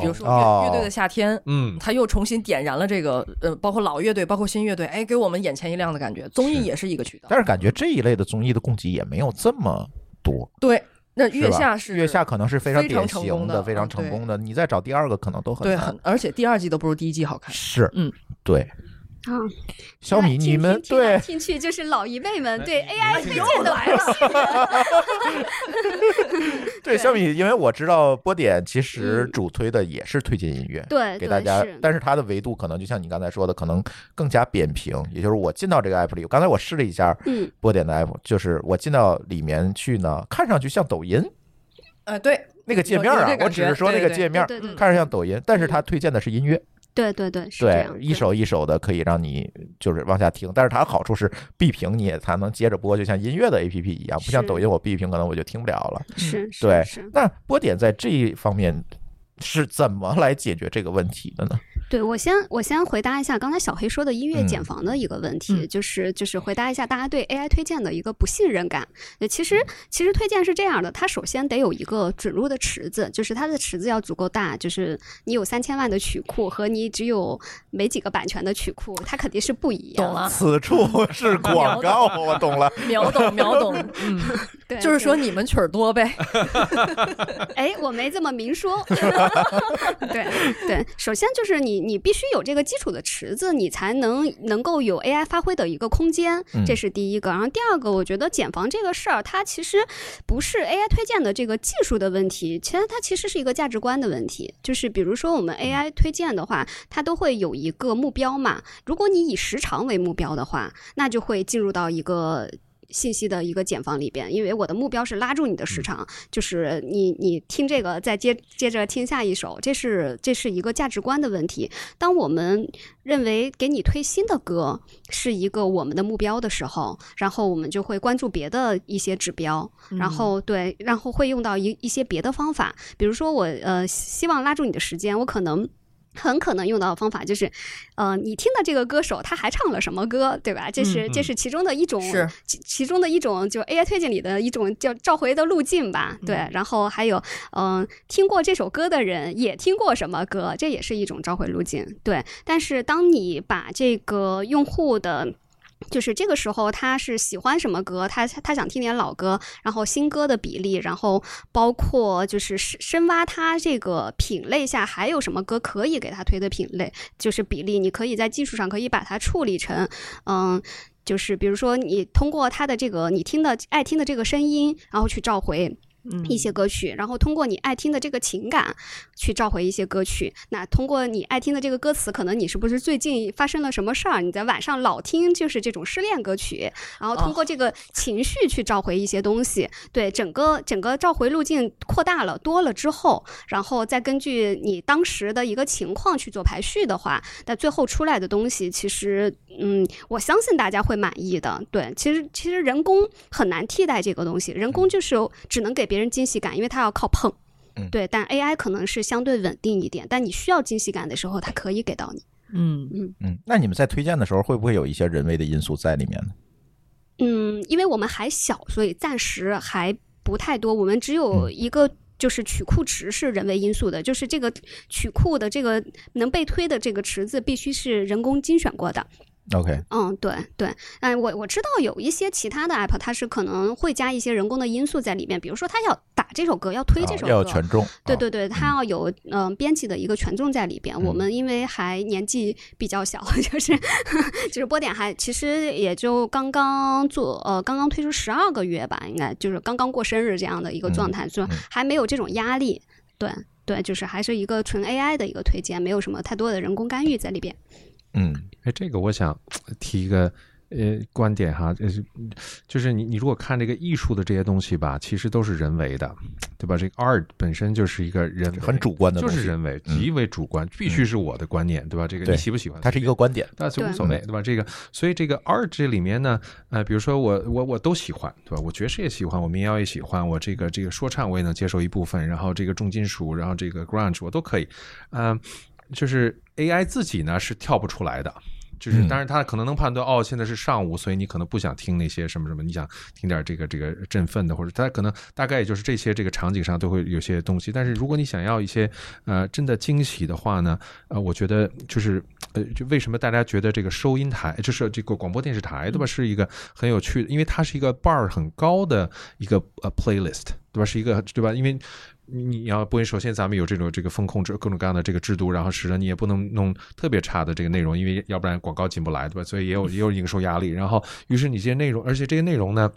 比如说乐、哦乐队的夏天。嗯，他又重新点燃了这个，呃，包括老乐队，包括新乐队，哎，给我们眼前一亮的感觉。综艺是也是一个渠道，但是感觉这一类的综艺的供给也没有这么多，对。那是月吧下是月下可能是非常非常典成型功的非常嗯成对功的，你再找第二个可能都很对，难很，而且第二季都不如第一季好看。是，嗯，对，啊，小米，你们对进去就是老一辈们对对 AI 推推荐荐的来了，对小米，因为我知道波点其实嗯主推的也是推荐音乐，对给 对大家，是但是它的维度可能就像你刚才说的，可能更加扁平。也就是我进到这个 app 里，我刚才我试了一下嗯，波点的 app，就是我进到里面去呢，看上去像抖音哎，对，那个界面有有啊这，感我只觉是说那个对对界面对对对看着像抖音，但是它推荐的是音乐，嗯对对对，是这对样，，一首一首的可以让你就是往下听。但是它好处是闭屏你也才能接着播，就像音乐的 app 一样，不像是抖音我闭屏可能我就听不了了。是是嗯对是，那波点在这一方面是怎么来解决这个问题的呢？对我先我先回答一下刚才小黑说的音乐嗯减房的一个问题，嗯就是就是回答一下大家对 AI 推荐的一个不信任感。呃其嗯实其实推荐是这样的，它首先得有一个准入的池子，就是它的池子要足够大，就是你有三千万的曲库和你只有没几个版权的曲库，它肯定是不一样。懂了，此处是广告，我懂了。秒懂，秒懂。嗯，对， 就是说对，你们曲儿多 呗。 哎，我没这么明说。 对对，首先就是你你必须有这个基础的池子，你才能能够有 AI 发挥的一个空间嗯，这是第一个。然后第二个，我觉得减房这个事儿，它其实不是 AI 推荐的这个技术的问题，其实它其实是一个价值观的问题。就是比如说我们 AI 推荐的话，它都会有一个目标嘛。如果你以时长为目标的话，那就会进入到一个。信息的一个茧房里边，因为我的目标是拉住你的时长，就是你你听这个，再接接着听下一首，这是这是一个价值观的问题。当我们认为给你推新的歌是一个我们的目标的时候，然后我们就会关注别的一些指标，嗯然后对，然后会用到一一些别的方法，比如说我呃希望拉住你的时间，我可能。很可能用到的方法就是，呃，你听的这个歌手他还唱了什么歌，对吧？这是、这是其中的一种，嗯是其其中的一种就 AI 推荐里的一种叫召回的路径吧。对，然后还有，嗯、听过这首歌的人也听过什么歌，这也是一种召回路径。对，但是当你把这个用户的就是这个时候，他是喜欢什么歌？他他想听点老歌，然后新歌的比例，然后包括就是深深挖他这个品类下还有什么歌可以给他推的品类，就是比例，你可以在技术上可以把它处理成，嗯。就是比如说，你通过他的这个你听的爱听的这个声音，然后去召回嗯一些歌曲，然后通过你爱听的这个情感去召回一些歌曲。那通过你爱听的这个歌词，可能你是不是最近发生了什么事儿？你在晚上老听就是这种失恋歌曲，然后通过这个情绪去召回一些东西。对，整个整个召回路径扩大了多了之后，然后再根据你当时的一个情况去做排序的话，那最后出来的东西，其实嗯，我相信大家会满意的。对，其实其实人工很难替代这个东西，人工就是只能给别人惊喜感，因为它要靠碰嗯。对，但 AI 可能是相对稳定一点，但你需要惊喜感的时候，它可以给到你。嗯，嗯，那你们在推荐的时候会不会有一些人为的因素在里面呢？嗯，因为我们还小，所以暂时还不太多。我们只有一个就是曲库池是人为因素的，就是这个曲库的这个能被推的这个池子必须是人工精选过的。 OK，嗯，对对，哎，我我知道有一些其他的 app，它是可能会加一些人工的因素在里面，比如说它要打这首歌，要推啊这首要有歌，权重，对啊对对，它要有嗯、呃编辑的一个权重在里边。我嗯们因为还年纪比较小， 就是就是波点还其实也就刚刚做呃刚刚推出十二个月吧，应该就是刚刚过生日这样的一个状态，就嗯还没有这种压力。对对，就是还是一个纯 AI 的一个推荐，没有什么太多的人工干预在里边。嗯哎，这个我想提一个呃观点哈，就是就是你你如果看这个艺术的这些东西吧，其实都是人为的，对吧？这个 art 本身就是一个人为很主观的就东西，是人为，嗯极为主观，必须是我的观念，对吧？这个对你喜不喜欢？它是一个观点，但是对无所谓，对吧？这个，所以这个 art 这里面呢，呃，比如说我我我都喜欢，对吧？我爵士也喜欢，我民谣也喜欢，我这个这个说唱我也能接受一部分，然后这个重金属，然后这个 grunge 我都可以，嗯、就是 AI 自己呢是跳不出来的。就是，嗯当然，他可能能判断，哦，现在是上午，所以你可能不想听那些什么什么，你想听点这个这个振奋的，或者他可能大概也就是这些这个场景上都会有些东西。但是如果你想要一些呃真的惊喜的话呢，呃，我觉得就是呃，就为什么大家觉得这个收音台，就是这个广播电视台，对吧，是一个很有趣的，因为它是一个 bar 很高的一个呃 playlist，对吧？是一个对吧？因为你你要播音，首先咱们有这种这个风控制各种各样的这个制度，然后使得你也不能弄特别差的这个内容，因为要不然广告进不来，对吧？所以也有也有营收压力。然后，于是你这些内容，而且这些内容呢，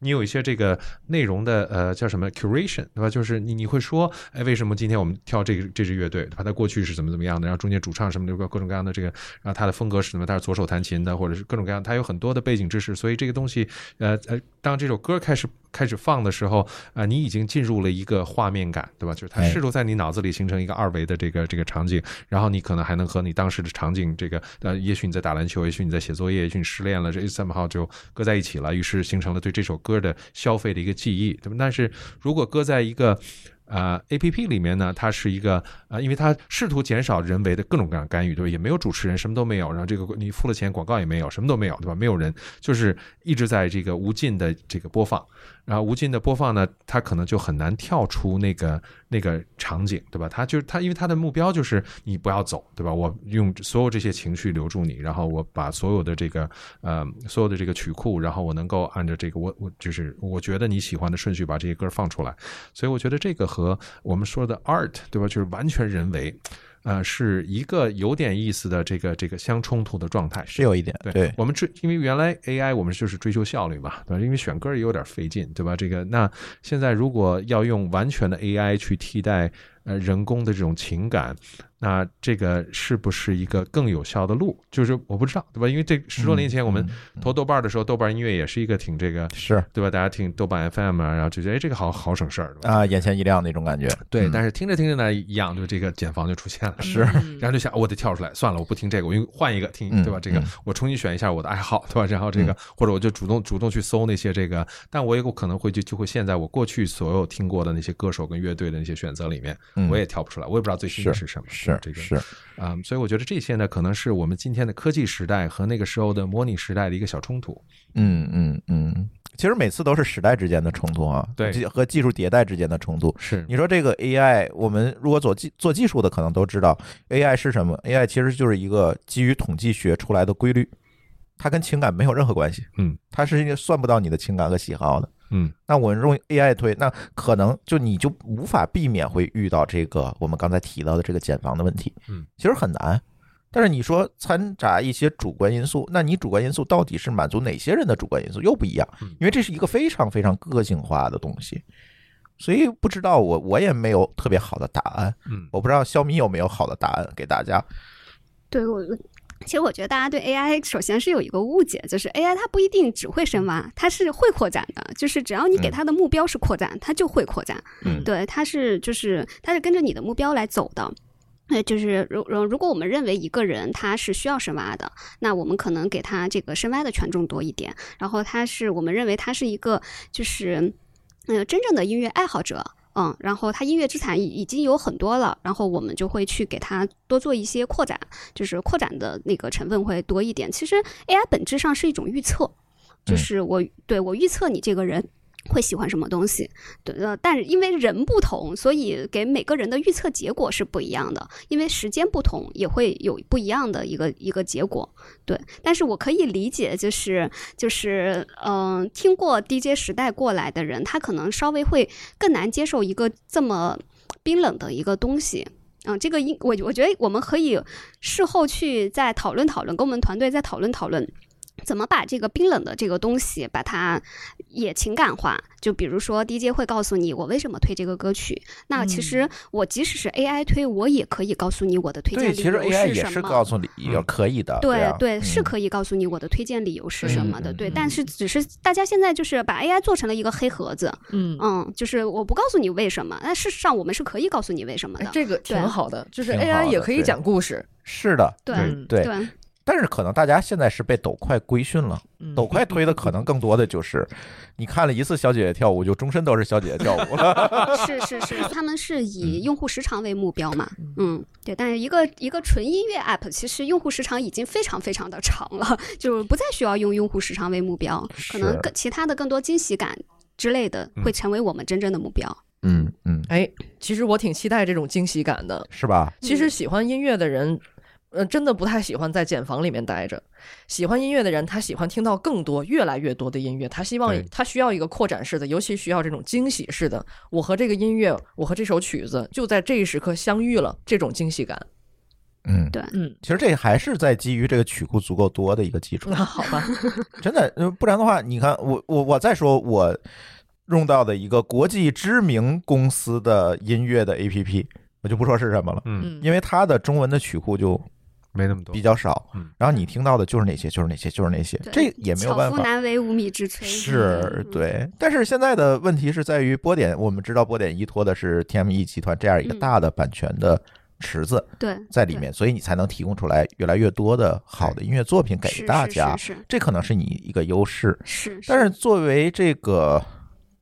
你有一些这个内容的呃叫什么 curation 对吧？就是你你会说，哎，为什么今天我们跳这个这支乐队？对吧？它过去是怎么怎么样的？然后中间主唱什么的各种各样的这个，然后他的风格是什么？他是左手弹琴的，或者是各种各样，他有很多的背景知识。所以这个东西，呃呃，当这首歌开始开始放的时候，啊、你已经进入了一个画面感，对吧？就是它哎试图在你脑子里形成一个二维的这个这个场景，然后你可能还能和你当时的场景，这个呃，也许你在打篮球，也许你在写作业，也许你失恋了，这 somehow 就搁在一起了，于是形成了对这首歌的消费的一个记忆，对吧？但是如果搁在一个呃，A P P 里面呢，它是一个呃，因为它试图减少人为的各种各样的干预，对吧？也没有主持人，什么都没有，然后这个你付了钱，广告也没有，什么都没有，对吧？没有人，就是一直在这个无尽的这个播放，然后无尽的播放呢，它可能就很难跳出那个那个场景，对吧？它就是它，因为它的目标就是你不要走，对吧？我用所有这些情绪留住你，然后我把所有的这个呃所有的这个曲库，然后我能够按照这个我我就是我觉得你喜欢的顺序把这些歌放出来，所以我觉得这个和我们说的 art，对吧？就是完全人为。呃，是一个有点意思的这个这个相冲突的状态，是有一点，对，我们追，因为原来 AI 我们就是追求效率嘛，对吧？因为选歌也有点费劲，对吧？这个那现在如果要用完全的 AI 去替代呃人工的这种情感，那这个是不是一个更有效的路？就是我不知道，对吧？因为这十多年前我们嗯投豆瓣的时候，豆瓣音乐也是一个挺这个，是对吧？大家听豆瓣 FM 啊，然后就觉得哎这个好好省事儿，对吧？啊，眼前一亮那种感觉，对，嗯但是听着听着呢，一样就这个茧房就出现了，是嗯然后就想，哦我得跳出来，算了，我不听这个，我用换一个听，嗯对吧？这个嗯我重新选一下我的爱好，对吧？然后这个嗯或者我就主动主动去搜那些这个，但我也有可能会就就会陷在我过去所有听过的那些歌手跟乐队的那些选择里面，嗯我也跳不出来，我也不知道最新的是是什么，是这个是，啊、所以我觉得这些呢，可能是我们今天的科技时代和那个时候的模拟时代的一个小冲突。嗯嗯嗯，其实每次都是时代之间的冲突啊，对嗯技和技术迭代之间的冲突。是你说这个 AI，我们如果做技做技术的，可能都知道 AI 是什么。AI 其实就是一个基于统计学出来的规律，它跟情感没有任何关系。嗯，它是一个算不到你的情感和喜好的。嗯，那我用 AI 推，那可能就你就无法避免会遇到这个我们刚才提到的这个减房的问题。嗯，其实很难。但是你说掺杂一些主观因素，那你主观因素到底是满足哪些人的主观因素又不一样嗯，因为这是一个非常非常个性化的东西，所以不知道我我也没有特别好的答案，嗯，我不知道小米有没有好的答案给大家。对我，其实我觉得大家对 AI 首先是有一个误解，就是 AI 它不一定只会深挖，它是会扩展的，就是只要你给嗯它的目标是扩展，它就会扩展。嗯对，它是就是它是跟着你的目标来走的。呃，就是如如如果我们认为一个人他是需要深挖的，那我们可能给他这个深挖的权重多一点。然后他是我们认为他是一个就是，呃，真正的音乐爱好者，嗯，然后他音乐资产已已经有很多了，然后我们就会去给他多做一些扩展，就是扩展的那个成分会多一点。其实 AI 本质上是一种预测，就嗯是我对我预测你这个人。会喜欢什么东西，对，呃，但是因为人不同，所以给每个人的预测结果是不一样的，因为时间不同，也会有不一样的一个一个结果，对。但是我可以理解，就是就是，嗯、听过 DJ 时代过来的人，他可能稍微会更难接受一个这么冰冷的一个东西。嗯，这个应我我觉得我们可以事后去再讨论讨论，跟我们团队再讨论讨论，怎么把这个冰冷的这个东西把它也情感化。就比如说 DJ 会告诉你我为什么推这个歌曲，那其实我即使是 AI 推，我也可以告诉你我的推嗯对，荐其理实由 AI 也什是么。告诉你嗯也可以的，对啊对，嗯是可以告诉你我的推荐理由是什么的，嗯对。嗯但是只是大家现在就是把 AI 做成了一个黑盒子，嗯，嗯，就是我不告诉你为什么，但事实上我们是可以告诉你为什么哎的，这个挺对好的，就是挺好 AI 的也可以对讲故事，是的，对嗯对。对但是可能大家现在是被抖快规训了，嗯抖快推的可能更多的就是，你看了一次小姐姐跳舞，就终身都是小姐姐跳舞了。是是是，他们是嗯以用户时长为目标嘛？嗯，对。但是一个一个纯音乐 app，其实用户时长已经非常非常的长了， 就是不再需要用用户时长为目标，可能是更其他的更多惊喜感之类的嗯会成为我们真正的目标。嗯嗯，哎，其实我挺期待这种惊喜感的。是吧？其实喜欢音乐的人，呃，真的不太喜欢在茧房里面待着。喜欢音乐的人，他喜欢听到更多、越来越多的音乐，他希望对他需要一个扩展式的，尤其需要这种惊喜式的。我和这个音乐，我和这首曲子就在这一时刻相遇了，这种惊喜感。嗯，对嗯，其实这还是在基于这个曲库足够多的一个基础那。 好吧，真的，呃不然的话，你看我我我再说我用到的一个国际知名公司的音乐的 APP，我就不说是什么了，嗯，嗯，因为它的中文的曲库就没那么多比。较少嗯，然后你听到的就是那些，就是那些，就是那些，这对也没有巧办妇法。难为无米之炊。是嗯对，但是现在的问题是在于波点，我们知道波点依托的是 TME 集团这样一个嗯大的版权的池子对，在里面，所以你才能提供出来越来越多的好的音乐作品对给大家，是这可能是你一个优势。是是是，但是作为这个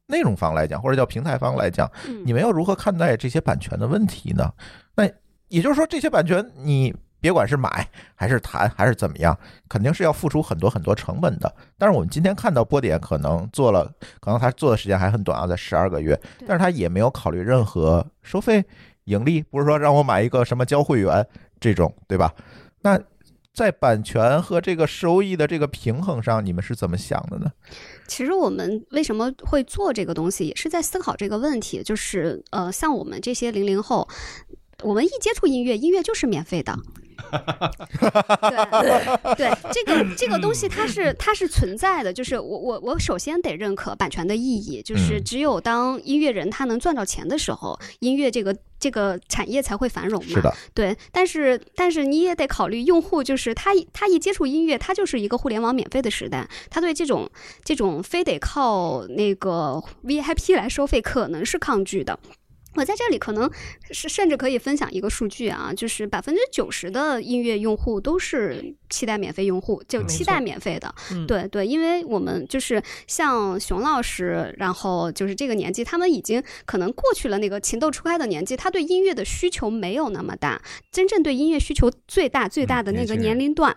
内容方来讲，或者叫平台方来讲，嗯你们要如何看待这些版权的问题呢？那也就是说，这些版权你别管是买还是谈还是怎么样，肯定是要付出很多很多成本的。但是我们今天看到波点可能做了，可能他做的时间还很短啊，在十二个月，对但是他也没有考虑任何收费盈利，不是说让我买一个什么交会员这种，对吧？那在版权和这个收益的这个平衡上，你们是怎么想的呢？其实我们为什么会做这个东西，也是在思考这个问题，就是呃，像我们这些零零后。我们一接触音乐，音乐就是免费的。对对，这个这个东西它嗯是它是存在的，就是我我我首先得认可版权的意义，就是嗯只有当音乐人他能赚到钱的时候，音乐这个这个产业才会繁荣嘛。是的，对，但是但是你也得考虑用户，就是他一他一接触音乐，他就是一个互联网免费的时代，他对这种这种非得靠那个 VIP 来收费，可能是抗拒的。我在这里可能是甚至可以分享一个数据啊，就是百分之九十的音乐用户都是期待免费用户，就没期错待免费的。嗯对对，因为我们就是像熊老师，然后就是这个年纪，他们已经可能过去了那个情窦初开的年纪，他对音乐的需求没有那么大。真正对音乐需求最大最大的嗯那年个轻人年龄段。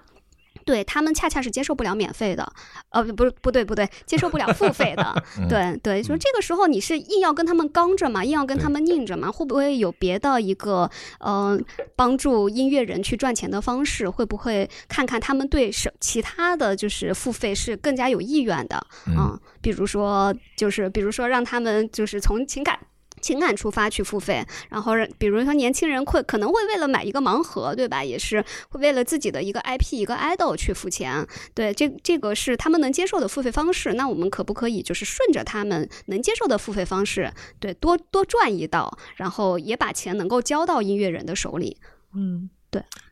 对他们恰恰是接受不了免费的，呃，不是不对不对，接受不了付费 的，嗯对对，所以这个时候你是硬要跟他们刚着嘛，硬要跟他对们拧着嘛，会不会有别的一个呃帮助音乐人去赚钱的方式？会不会看看他们对什其他的就是付费是更加有意愿的？嗯嗯，比如说就是比如说让他们就是从情感。情感出发去付费，然后让比如说年轻人会可能会为了买一个盲盒，对吧？也是会为了自己的一个 IP 一个 idol 去付钱，对，这这个是他们能接受的付费方式。那我们可不可以就是顺着他们能接受的付费方式，对，多多赚一道，然后也把钱能够交到音乐人的手里？嗯，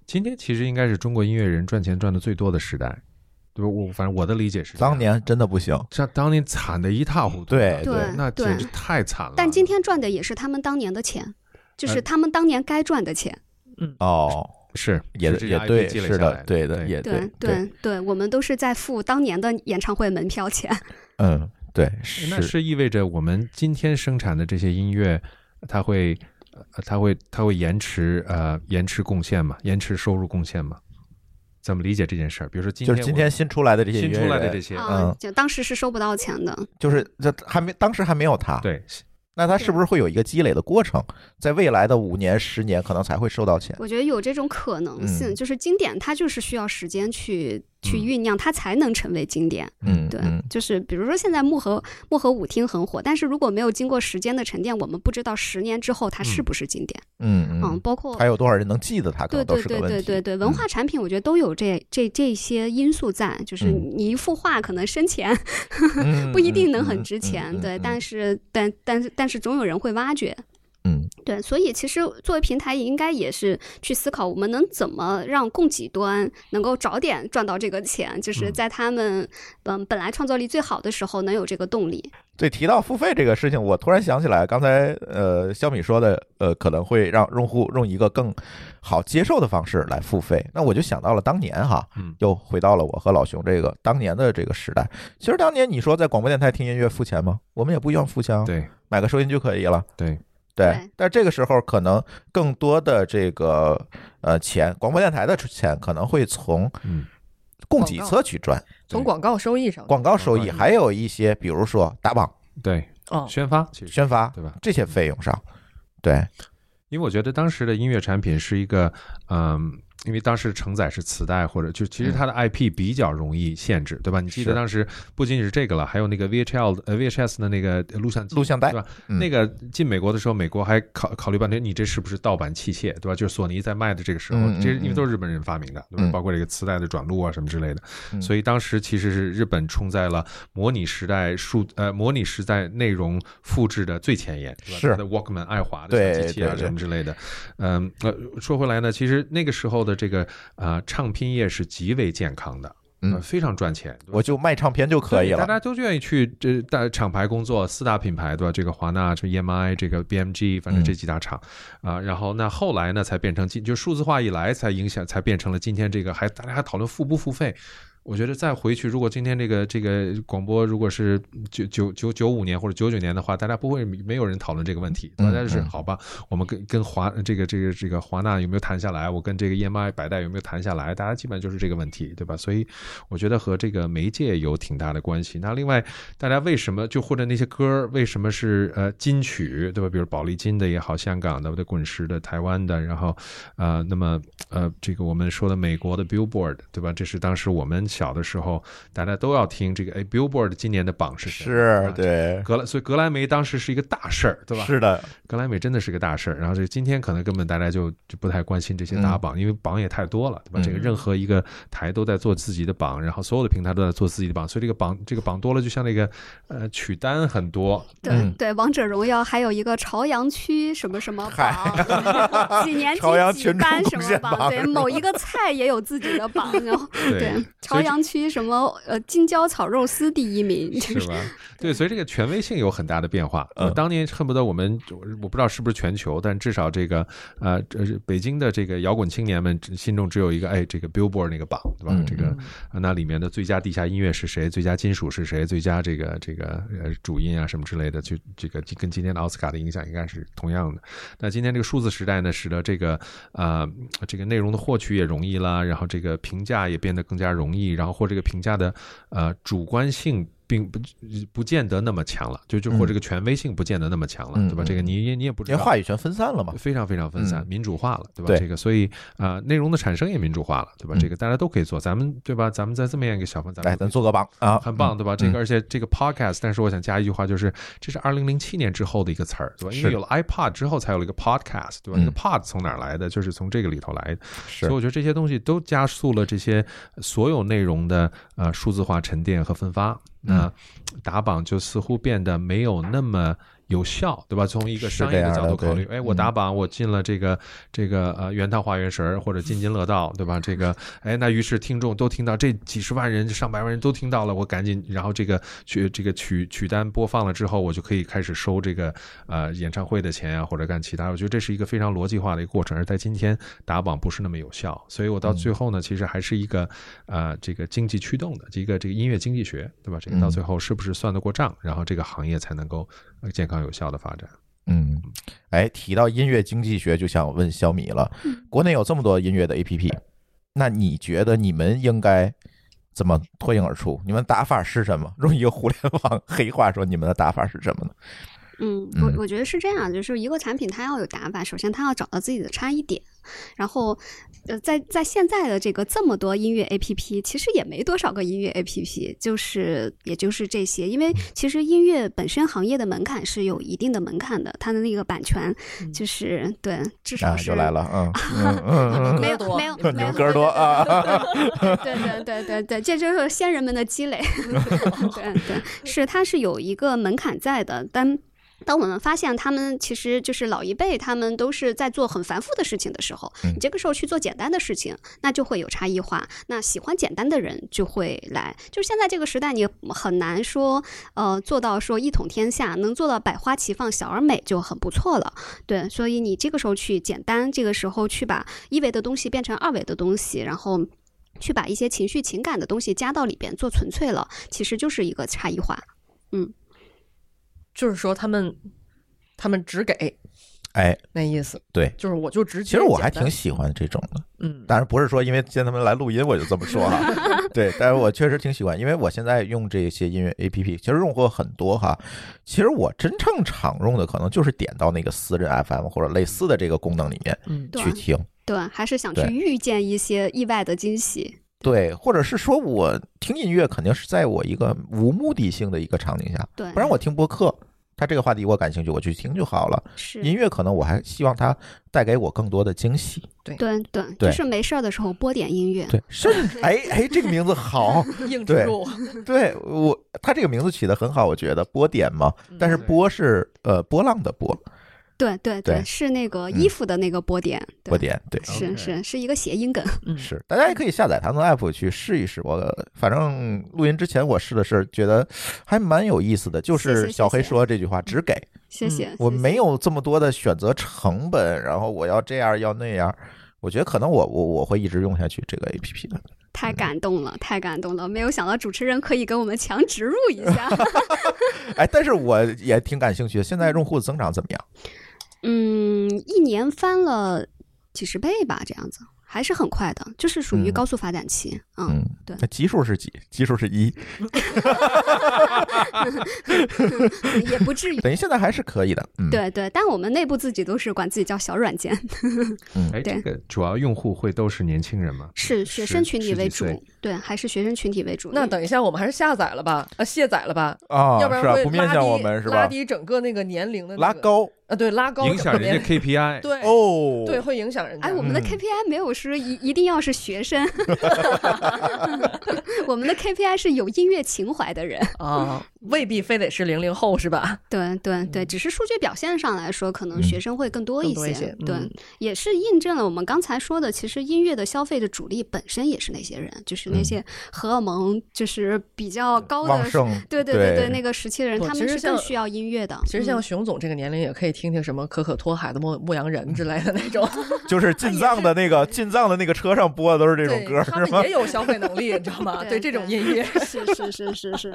今天其实应该是中国音乐人赚钱赚的最多的时代，对吧？我反正我的理解是这样，当年真的不行，像当年惨的一塌糊涂，嗯对对对那对简直太惨了。但今天赚的也是他们当年的钱，就是呃他们当年该赚的钱。哦。是也是这也个 IP 对，积累是下的来，对对的，也对对，对对，我们都是在付当年的演唱会门票钱。嗯，对，哎是那是意味着我们今天生产的这些音乐，它会，呃它会，它会延迟，呃，延迟贡献嘛，延迟收入贡献嘛。怎么理解这件事儿。比如说今就天是今我天新出来的这些音新乐出来的人 这些，啊嗯，就当时是收不到钱的，就是这还没当时还没有他，，对，那他是不是会有一个积累的过程，在未来的五年、十年可能才会收到钱？我觉得有这种可能性，嗯就是经典它就是需要时间去去嗯酝酿，它才能成为经典。嗯，对嗯，就是比如说现在漠河漠河舞厅很火，但是如果没有经过时间的沉淀，我们不知道十年之后它是不是经典。嗯嗯，嗯，包括还有多少人能记得他，可对能都对是个对问题。嗯对对对，文化产品我觉得都有这这这些因素在，就是嗯你一幅画可能生前嗯 不一定能很值钱，对，但是是但但是但是总有人会挖掘。嗯对，所以其实作为平台，应该也是去思考我们能怎么让供给端能够早点赚到这个钱，就是在他们嗯本来创作力最好的时候能有这个动力。对，提到付费这个事情，我突然想起来，刚才呃，小米说的，呃，可能会让用户用一个更好接受的方式来付费。那我就想到了当年哈，嗯又回到了我和老熊这个当年的这个时代。其实当年你说在广播电台听音乐付钱吗？我们也不用付钱啊，对买个收音就可以了。对，对对，但这个时候可能更多的这个呃钱，广播电台的钱可能会从嗯，供给广告侧去赚，从广告收益上，广告收益，广告还有一些比如说打榜、对， 哦，宣发其实宣发，对吧？这些费用上，对，因为我觉得当时的音乐产品是一个，嗯，因为当时承载是磁带或者就其实它的 IP 比较容易限制，对吧？你记嗯得是当时不仅仅是这个了，还有那个 VHL 呃 VHS 的那个录像机录像带对吧？嗯那个进美国的时候，美国还考考虑半天，你这是不是盗版器械，对吧？就是索尼在卖的这个时候嗯嗯，这因为嗯都是日本人发明的，对吧嗯？包括这个磁带的转录啊什么之类的，嗯所以当时其实是日本冲在了模拟时代数呃模拟时代内容复制的最前沿，对吧是它的 Walkman 爱华的小对机器啊对对什么之类的。嗯呃，说回来呢，其实那个时候的这个呃唱片业是极为健康的，嗯呃非常赚钱。对吧我就卖唱片就可以对大了。家都愿意去这大厂牌工作，四大品牌对吧？这个华纳、这 EMI、这个 BMG，反嗯正这几大厂啊、然后那后来呢，才变成今就数字化以来，才影响才变成了今天这个还大家还讨论付不付费。我觉得再回去，如果今天这个这个广播如果是九九九九五年或者九九年的话，大家不会没有人讨论这个问题，大嗯家就是嗯好吧，我们跟跟华这个这个这个华纳有没有谈下来？我跟这个 EMI 百代有没有谈下来？大家基本就是这个问题，对吧？所以我觉得和这个媒介有挺大的关系。那另外，大家为什么就或者那些歌儿为什么是呃金曲，对吧？比如宝丽金的也好，香港的、对滚石的、台湾的，然后呃，那么呃，这个我们说的美国的 Billboard，对吧？这是当时我们小的时候大家都要听这个，哎，Billboard 今年的榜是谁？是啊，对，格莱，所以格莱美当时是一个大事儿，对吧？是的，格莱美真的是个大事儿，然后这今天可能根本大家就就不太关心这些打榜，因为榜也太多了，对吧？嗯这个任何一个台都在做自己的榜，然后所有的平台都在做自己的榜，所以这个榜这个榜多了，就像那个呃曲单很多，对、嗯对，王者荣耀还有一个朝阳区什么什么榜， 几年级朝阳几群众班什贡么献榜，榜对，是吧某一个菜也有自己的榜，然后对对，朝阳区什么呃京郊炒肉丝第一名，是 吧？对，所以这个权威性有很大的变化。嗯呃，当年恨不得我们，我不知道是不是全球，但至少这个呃，这是北京的这个摇滚青年们只心中只有一个，哎，这个 Billboard 那个榜，对吧？嗯这个呃那里面的最佳地下音乐是谁？最佳金属是谁？最佳这个这个呃主音啊什么之类的，就这个跟今天的奥斯卡的影响应该是同样的。那今天这个数字时代呢，使得这个呃这个内容的获取也容易啦，然后这个评价也变得更加容易，然后或这个评价的呃主观性。并不不见得那么强了，就就或嗯这个权威性不见得那么强了，嗯对吧？这个你也你也不知因为道，话语权分散了嘛。非常非常分散，嗯民主化了，对吧？对这个，所以啊、呃内容的产生也民主化了，对吧？嗯这个大家都可以做，咱们对吧？咱们在这么样一个小方，咱来，们咱做个榜啊，很棒，对吧？嗯这个，而且这个 podcast，但是我想加一句话，就是这是二零零七年之后的一个词儿，对吧？因为是有了 iPod 之后，才有了一个 podcast，对吧？嗯这个 pod 从哪儿来的？就是从这个里头来的。是所以我觉得这些东西都加速了这些所有内容的呃数字化沉淀和分发。嗯那打榜就似乎变得没有那么有效，对吧？从一个是商这业的样角的度考虑，对嗯哎，我打榜，我进了这个这个呃原汤化原食儿或者津津乐道，对吧？这个哎，那于是听众都听到，这几十万人、上百万人都听到了，我赶紧，然后这个曲这个曲曲单播放了之后，我就可以开始收这个呃演唱会的钱啊，或者干其他。我觉得这是一个非常逻辑化的一个过程，而在今天打榜不是那么有效，所以我到最后呢，其实还是一个呃这个经济驱动的一个这个音乐经济学，对吧？这个到嗯最后是不是算得过账，然后这个行业才能够呃健康有效的发展。嗯，嗯哎，提到音乐经济学，就想问小米了，国内有这么多音乐的 APP，那你觉得你们应该怎么脱颖而出？你们打法是什么？ 用一个互联网黑话说，你们的打法是什么呢？嗯，我嗯我觉得是这样，就是一个产品它要有打法，首先它要找到自己的差异点，然后，呃，在在现在的这个这么多音乐 APP，其实也没多少个音乐 APP，就是也就是这些，因为其实音乐本身行业的门槛是有一定的门槛的，它的那个版权就是对，至嗯少啊，是又来了，嗯嗯 嗯嗯没有歌多没有嗯，没你有们歌多啊， 对对对对对，这就是先人们的积累。对对，是它是有一个门槛在的，但。当我们发现他们其实就是老一辈，他们都是在做很繁复的事情的时候，嗯你这个时候去做简单的事情，那就会有差异化。那喜欢简单的人就会来。就是现在这个时代，你很难说呃做到说一统天下，能做到百花齐放、小而美就很不错了。对，所以你这个时候去简单，这个时候去把一维的东西变成二维的东西，然后去把一些情绪情感的东西加到里边做纯粹了，其实就是一个差异化。就是说他们他们只给哎，那意思，对，就是我就直接其实我还简单挺喜欢这种的。嗯当然不是说因为今天他们来录音我就这么说 哈，对，但是我确实挺喜欢，因为我现在用这些音乐 A P P，其实用过很多哈。其实我真正常用的可能就是点到那个私人 F M 或者类似的这个功能里面 嗯对去听，对，还是想去对遇见一些意外的惊喜。对，或者是说我听音乐肯定是在我一个无目的性的一个场景下，对，不然我听播客。他这个话题我感兴趣，我去听就好了。是音乐可能我还希望它带给我更多的惊喜。对对，对就是没事儿的时候播点音乐。对，甚 至哎哎，这个名字好，硬植对入，对我，他这个名字起的很好，我觉得波点嘛，嗯嗯但是对波是呃波浪的波，对对对是那个嗯衣服的那个播点。波对，点对 OK 是是是一个谐音梗。嗯是，大家也可以下载他们的 app 去试一试。我反正录音之前我试了试，觉得还蛮有意思的。就谢谢是谢小黑谢说这句话，只给谢谢。我谢谢没有这么多的选择成本，然后我要这样要那样，我觉得可能我我我会一直用下去这个 app 的。太感动了，太感动了！没有想到主持人可以给我们强植入一 下。哎，但是我也挺感兴趣的，现在用户增长怎么样？嗯，一年翻了几十倍吧，这样子还是很快的，就是属于嗯高速发展期。嗯，嗯，对那基数是几？基数是 一，嗯也不至于。等于现在还是可以的。嗯，对对，但我们内部自己都是管自己叫小软件，嗯哎，对这个主要用户会都是年轻人吗？是学生群体为主十几岁，对，还是学生群体为主。那等一下，我们还是下载了吧，啊，卸载了吧，啊，要不然是啊会不面拉向低我们是拉吧？低整个那个年龄的那拉个高啊，对，拉高影响整个人年家 KPI。对哦，对，会影响人家。哎，我们的嗯 KPI 没有说一一定要是学生， 我们的 KPI 是有音乐情怀的人。哦啊， 未必非得是零零后是吧？ 对对对，只是数据表现上来说，可能学生会更多更一多一些些。对嗯，也是印证了我们刚才说的，其实音乐的消费的主力本身也是那些人，就是那嗯些荷尔蒙就是比较高旺的，盛，对对对对对，那个时期的人，不他其们实是更像需要音乐的。其实像熊总这个年龄，也可以听听什么可可托海的牧牧羊人之类的那种就是进藏的那个进藏的那个车上播的都是 这种对歌，他是们吗也？有消费能力，你知道吗？ 对对这种音乐，嗯是是是是是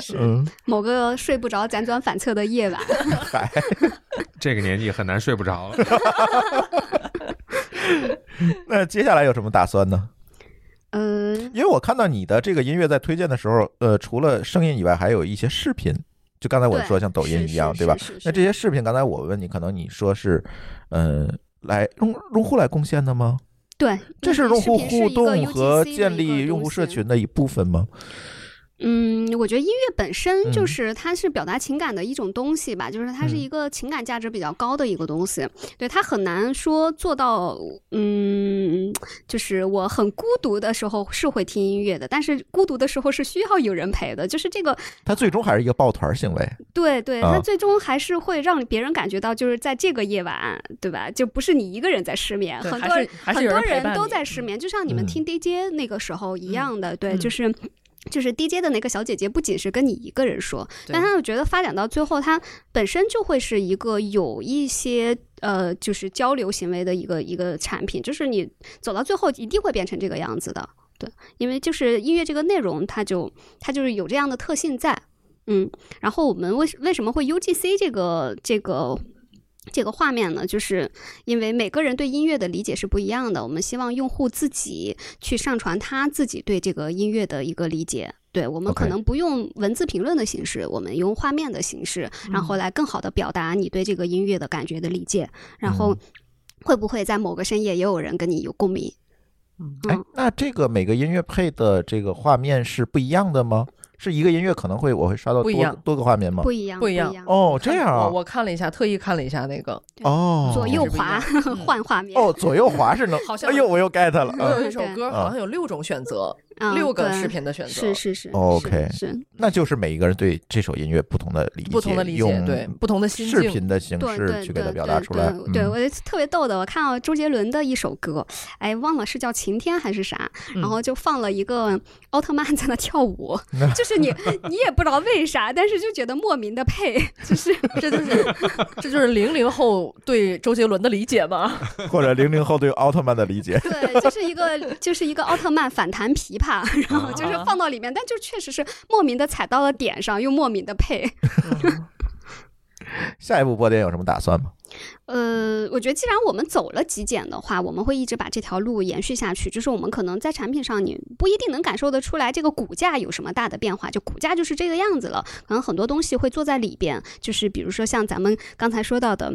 是，嗯， 某个睡不着、辗转反侧的夜 晚。 嗨，这个年纪很难睡 不着了。那接下来有什么打算呢？嗯，因为我看到你的这个音乐在推荐的时候，呃，除了声音以外，还有一些视频，就刚才我对说像抖音是一样，是对吧是是？那这些视频，刚才我问你，可能你说是，呃，来用用户来贡献的吗？对，这是嗯用户视频是一互个动 UGC 和的一建个立用东户社西群的一部分吗？嗯，我觉得音乐本身嗯就是它是表达情感的一种东西吧，就是它是一个情感价值比较高的一个东西，对它很难说做到，嗯，就是我很孤独的时候是会听音乐的，但是孤独的时候是需要有人陪的，就是这个，它最终还是一个抱团行为。对对，啊它最终还是会让别人感觉到，就是在这个夜晚，对吧？就不是你一个人在失眠，对很还多是还是很有多人陪人伴都你在失嗯眠，就像你们嗯听 DJ 那个时候一样的，对，嗯就是。就是 DJ 的那个小姐姐，不仅是跟你一个人说，对但她我觉得发展到最后，她本身就会是一个有一些呃，就是交流行为的一个一个产品，就是你走到最后一定会变成这个样子的，对，因为就是音乐这个内容，它就它就是有这样的特性在，嗯，然后我们为为什么会 UGC 这个这个这个画面呢，就是因为每个人对音乐的理解是不一样的，我们希望用户自己去上传他自己对这个音乐的一个理解。对我们 OK 可能不用文字评论的形式，我们用画面的形式，然嗯后来更好的表达你对这个音乐的感觉的理解。然后嗯会不会在某个深夜也有人跟你有共鸣？嗯哎，那这个每个音乐配的这个画面是不一样的吗？是一个音乐可能会我会刷到不一多样多个画面吗不？一样，不不一样哦，这样啊我，我看了一下，特意看了一下那个，哦，左右滑是不一样 换画面，哦，左右滑是 能，好像哎呦，我又 get 了。我嗯有哦一首歌好像有六种选择，嗯六个对视频的选择，是是是哦 OK 是是那就是每一个人对这首音乐不同的理解，不同的理解，用对不同的心视境，频的形对式对去给它对表达对出来。对，嗯我就特别逗的，我看到周杰伦的一首歌，哎，忘了是叫《晴天》还是啥，嗯然后就放了一个奥特曼在那 跳舞，就是你你也不知道为啥，但是就觉得莫名的配，就是，这就是这就是零零后对周杰伦的理解嘛？或者零零后对奥特曼的理解 对，就是一个就是一个奥特曼反弹琵琶， 然啊后啊就是放到里面，但就确实是莫名的踩到了点上，又莫名的配。下一步播点有什么打算吗？呃，我觉得既然我们走了极简的话，我们会一直把这条路延续下去。就是我们可能在产品上，你不一定能感受得出来这个骨架有什么大的变化，就骨架就是这个样子了。可能很多东西会做在里边，就是比如说像咱们刚才说到的。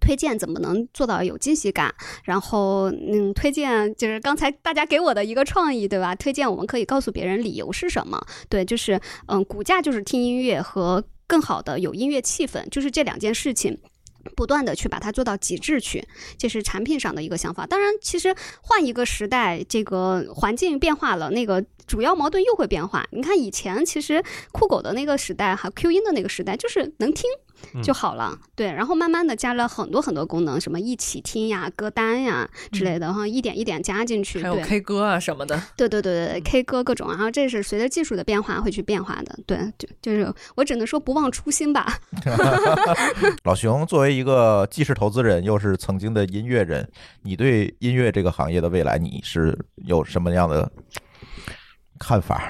推荐怎么能做到有惊喜感？然后，嗯，推荐就是刚才大家给我的一个创意，对吧？推荐我们可以告诉别人理由是什么？对，就是，嗯，骨架就是听音乐和更好的有音乐气氛，就是这两件事情。不断的去把它做到极致去，这是产品上的一个想法。当然，其实换一个时代，这个环境变化了，那个主要矛盾又会变化。你看以前其实酷狗的那个时代，还有 Q 音的那个时代，就是能听嗯就好了，对。然后慢慢的加了很多很多功能，什么一起听呀、歌单呀之类的，然后一点一点加进去。还有 对 K 歌啊什么的，对对对对对，K 歌各种，然后这是随着技术的变化会去变化的。对，就就是我只能说不忘初心吧。老熊作为一个既是投资人又是曾经的音乐人，你对音乐这个行业的未来你是有什么样的看法？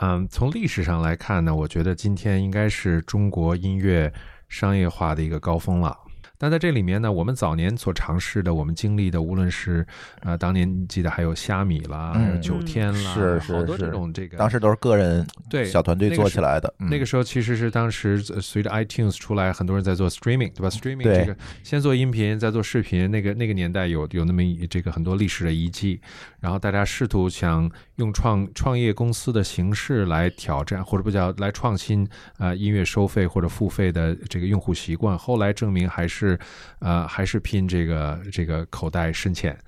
嗯，从历史上来看呢，我觉得今天应该是中国音乐商业化的一个高峰了。但在这里面呢，我们早年所尝试的，我们经历的，无论是呃，当年你记得还有虾米啦，嗯还有九天啦，是是好多这是种这个当时都是个人对小团队那个做时起来的，嗯那个是时候其实是当时呃随着 iTunes 出来，很多人在做 streaming，对吧？streaming 对这个先做音频，再做视频，那个那个年代有有那么一这个很多历史的遗迹，然后大家试图想用创创业公司的形式来挑战，或者不叫来创新呃音乐收费或者付费的这个用户习惯，后来证明还是呃还是拼这个这个口袋深浅，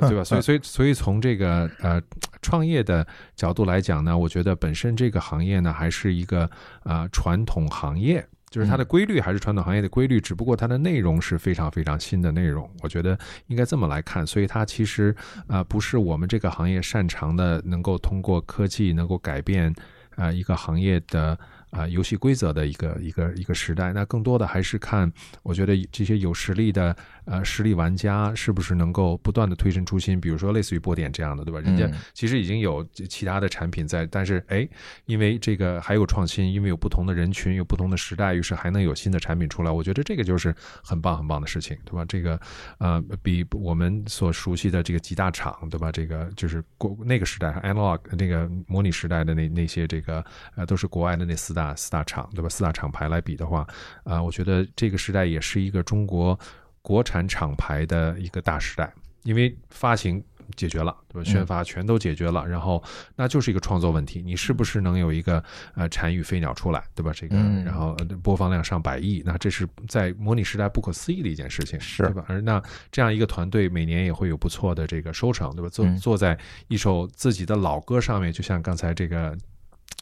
对吧？所以所以所以从这个呃创业的角度来讲呢，我觉得本身这个行业呢还是一个呃传统行业。就是它的规律还是传统行业的规律，只不过它的内容是非常非常新的内容，我觉得应该这么来看。所以它其实啊、呃不是我们这个行业擅长的，能够通过科技能够改变啊、呃一个行业的啊、呃游戏规则的一个一个一个时代。那更多的还是看，我觉得这些有实力的呃实力玩家是不是能够不断的推陈出新，比如说类似于波点这样的，对吧？人家嗯其实已经有其他的产品在，但是哎，因为这个还有创新，因为有不同的人群，有不同的时代，于是还能有新的产品出来。我觉得这个就是很棒很棒的事情，对吧？这个呃，比我们所熟悉的这个几大厂，对吧？这个就是国那个时代 analog 那个模拟时代的那那些这个呃，都是国外的那四大四大厂，对吧？四大厂牌来比的话，啊、我觉得这个时代也是一个中国国产厂牌的一个大时代，因为发行解决了，对吧？宣发全都解决了，然后那就是一个创作问题，你是不是能有一个呃产与飞鸟出来，对吧？这个，嗯然后呃播放量上百亿，那这是在模拟时代不可思议的一件事情，是对吧？而那这样一个团队每年也会有不错的这个收成，对吧？坐嗯坐在一首自己的老歌上面，就像刚才这个。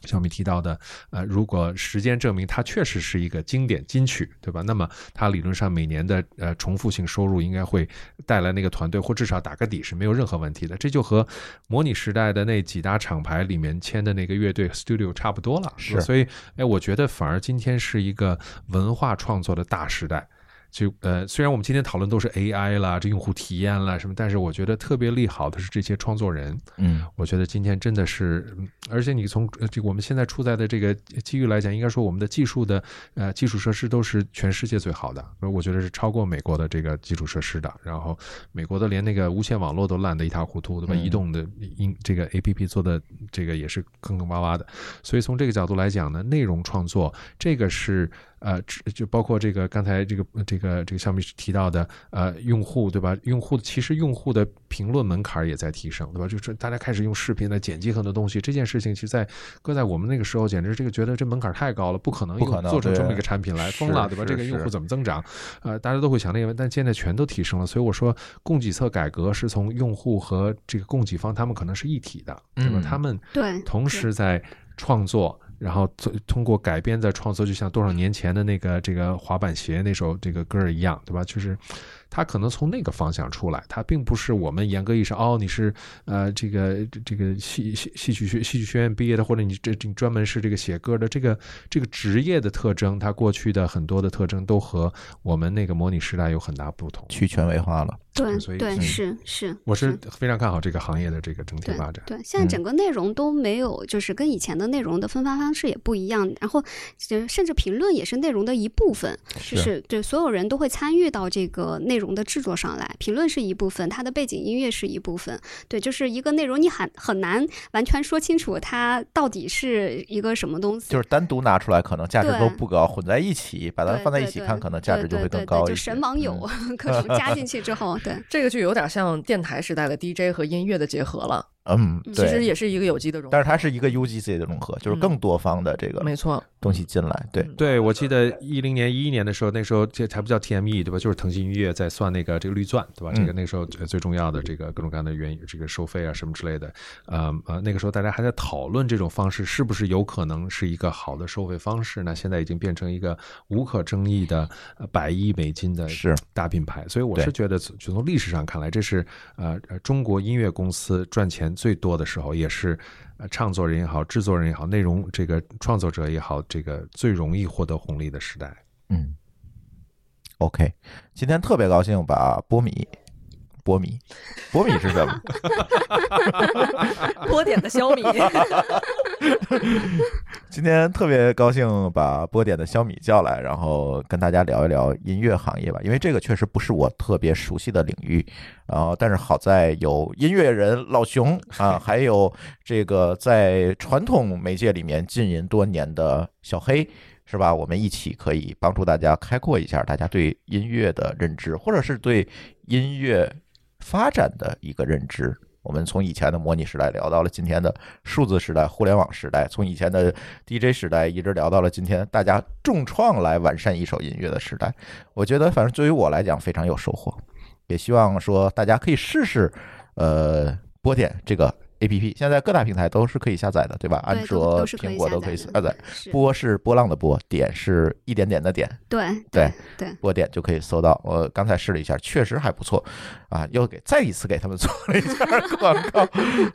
小米提到的，呃，如果时间证明它确实是一个经典金曲，对吧？那么它理论上每年的呃重复性收入应该会带来那个团队或至少打个底是没有任何问题的。这就和模拟时代的那几大厂牌里面签的那个乐队 studio 差不多了。是所以哎，我觉得反而今天是一个文化创作的大时代。就呃，虽然我们今天讨论都是 AI 啦，这用户体验啦什么，但是我觉得特别利好的是这些创作人，嗯我觉得今天真的是，嗯而且你从呃这个我们现在处在的这个机遇来讲，应该说我们的技术的呃基础设施都是全世界最好的，呃我觉得是超过美国的这个基础设施的。然后美国的连那个无线网络都烂得一塌糊涂，对吧？嗯移动的应这个 APP 做的这个也是坑坑洼洼的。所以从这个角度来讲呢，内容创作这个是呃，只就包括这个刚才这个这个这个小米提到的呃，用户对吧？用户其实用户的评论门槛也在提升，对吧？就是大家开始用视频来剪辑很多东西，这件事情其实在搁在我们那个时候，简直这个觉得这门槛太高了，不可能不可能做成这么一个对产品来，是疯了对吧？是这个用户是怎么增长？呃，大家都会想那个问题，但现在全都提升了，所以我说供给侧改革是从用户和这个供给方他们可能是一体的，对吧？嗯他们 对，同时在创作，然后通通过改编在创作，就像多少年前的那个这个滑板鞋那首这个歌儿一样，对吧？就是它可能从那个方向出来，它并不是我们严格意义上哦，你是呃这个这这个戏戏戏曲学戏曲学院毕业的，或者你这这你专门是这个写歌的，这个这个职业的特征，它过去的很多的特征都和我们那个模拟时代有很大不同。去权威化了，对所以对嗯是是，我是非常看好这个行业的这个整体发展。对，现在嗯整个内容都没有，就是跟以前的内容的分发方式也不一样，然后就甚至评论也是内容的一部分，就是对所有人都会参与到这个内容的制作上来，评论是一部分，它的背景音乐是一部分，对，就是一个内容你很很难完全说清楚它到底是一个什么东西。就是单独拿出来可能价值都对不高，混在一起把它对放在一对起对看，可能价值就对会对更对高一些。就神网友、嗯各种加进去之后，对，这个就有点像电台时代的 DJ 和音乐的结合了，嗯，嗯其实对，也是一个有机的融合。但是它是一个 UGC 的融合，就是嗯更多方的这个没错，东西进来，对，嗯对，我记得一零年、一一年的时候，那时候这还不叫 TME 对吧？就是腾讯音乐在算那个这个绿钻对吧？嗯这个那时候最最重要的这个各种各样的原因，这个收费啊什么之类的，呃呃，那个时候大家还在讨论这种方式是不是有可能是一个好的收费方式呢？现在已经变成一个无可争议的呃百亿美金的是大品牌，所以我对是觉得从就从历史上看来，这是呃呃中国音乐公司赚钱最多的时候，也是呃唱作人也好，制作人也好，内容这个创作者也好，这个最容易获得红利的时代。嗯，OK，今天特别高兴把波米，波米，波米是什么？ 波点的消弭， 今天特别高兴把波点的小米叫来，然后跟大家聊一聊音乐行业吧，因为这个确实不是我特别熟悉的领域。然后，但是好在有音乐人老熊啊，还有这个在传统媒介里面浸淫多年的小黑。是吧？我们一起可以帮助大家开阔一下大家对音乐的认知，或者是对音乐发展的一个认知。我们从以前的模拟时代聊到了今天的数字时代、互联网时代，从以前的 DJ 时代一直聊到了今天大家重创来完善一首音乐的时代。我觉得，反正对于我来讲非常有收获，也希望说大家可以试试，呃，波点这个 APP，现在各大平台都是可以下载的，对吧？ 安对都卓、都是可苹以果下都可以下载载的。，是波是波浪的波，点是一点点的点，对对对，波点就可以搜到。我刚才试了一下，确实还不错啊，又给再一次给他们做了一下广告。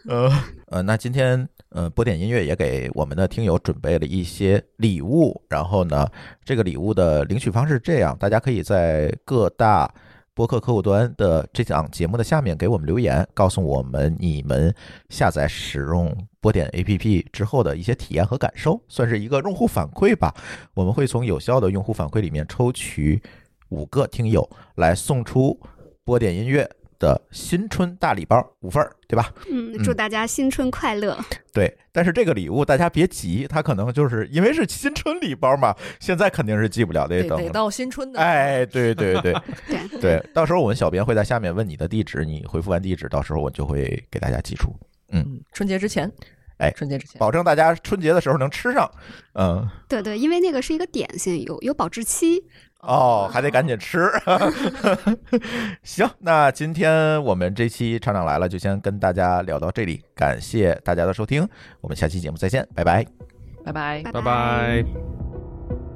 呃呃，那今天呃波点音乐也给我们的听友准备了一些礼物，然后呢，这个礼物的领取方式这样，大家可以在各大。播客客户端的这档节目的下面给我们留言，告诉我们你们下载使用波点 APP 之后的一些体验和感受，算是一个用户反馈吧。我们会从有效的用户反馈里面抽取五个听友来送出波点音乐的新春大礼包五份儿，对吧？嗯，祝嗯大家新春快乐。对，但是这个礼物大家别急，它可能就是因为是新春礼包嘛，现在肯定是寄不了，得等得到新春的。哎，对对对对对，到时候我们小编会在下面问你的地址，你回复完地址，到时候我就会给大家寄出，嗯，春节之前，哎春节之前，保证大家春节的时候能吃上。嗯，对对，因为那个是一个点心，有有保质期。哦，还得赶紧吃。 行，那今天我们这期厂长来了就先跟大家聊到这里，感谢大家的收听，我们下期节目再见，拜拜。拜拜。拜拜拜拜。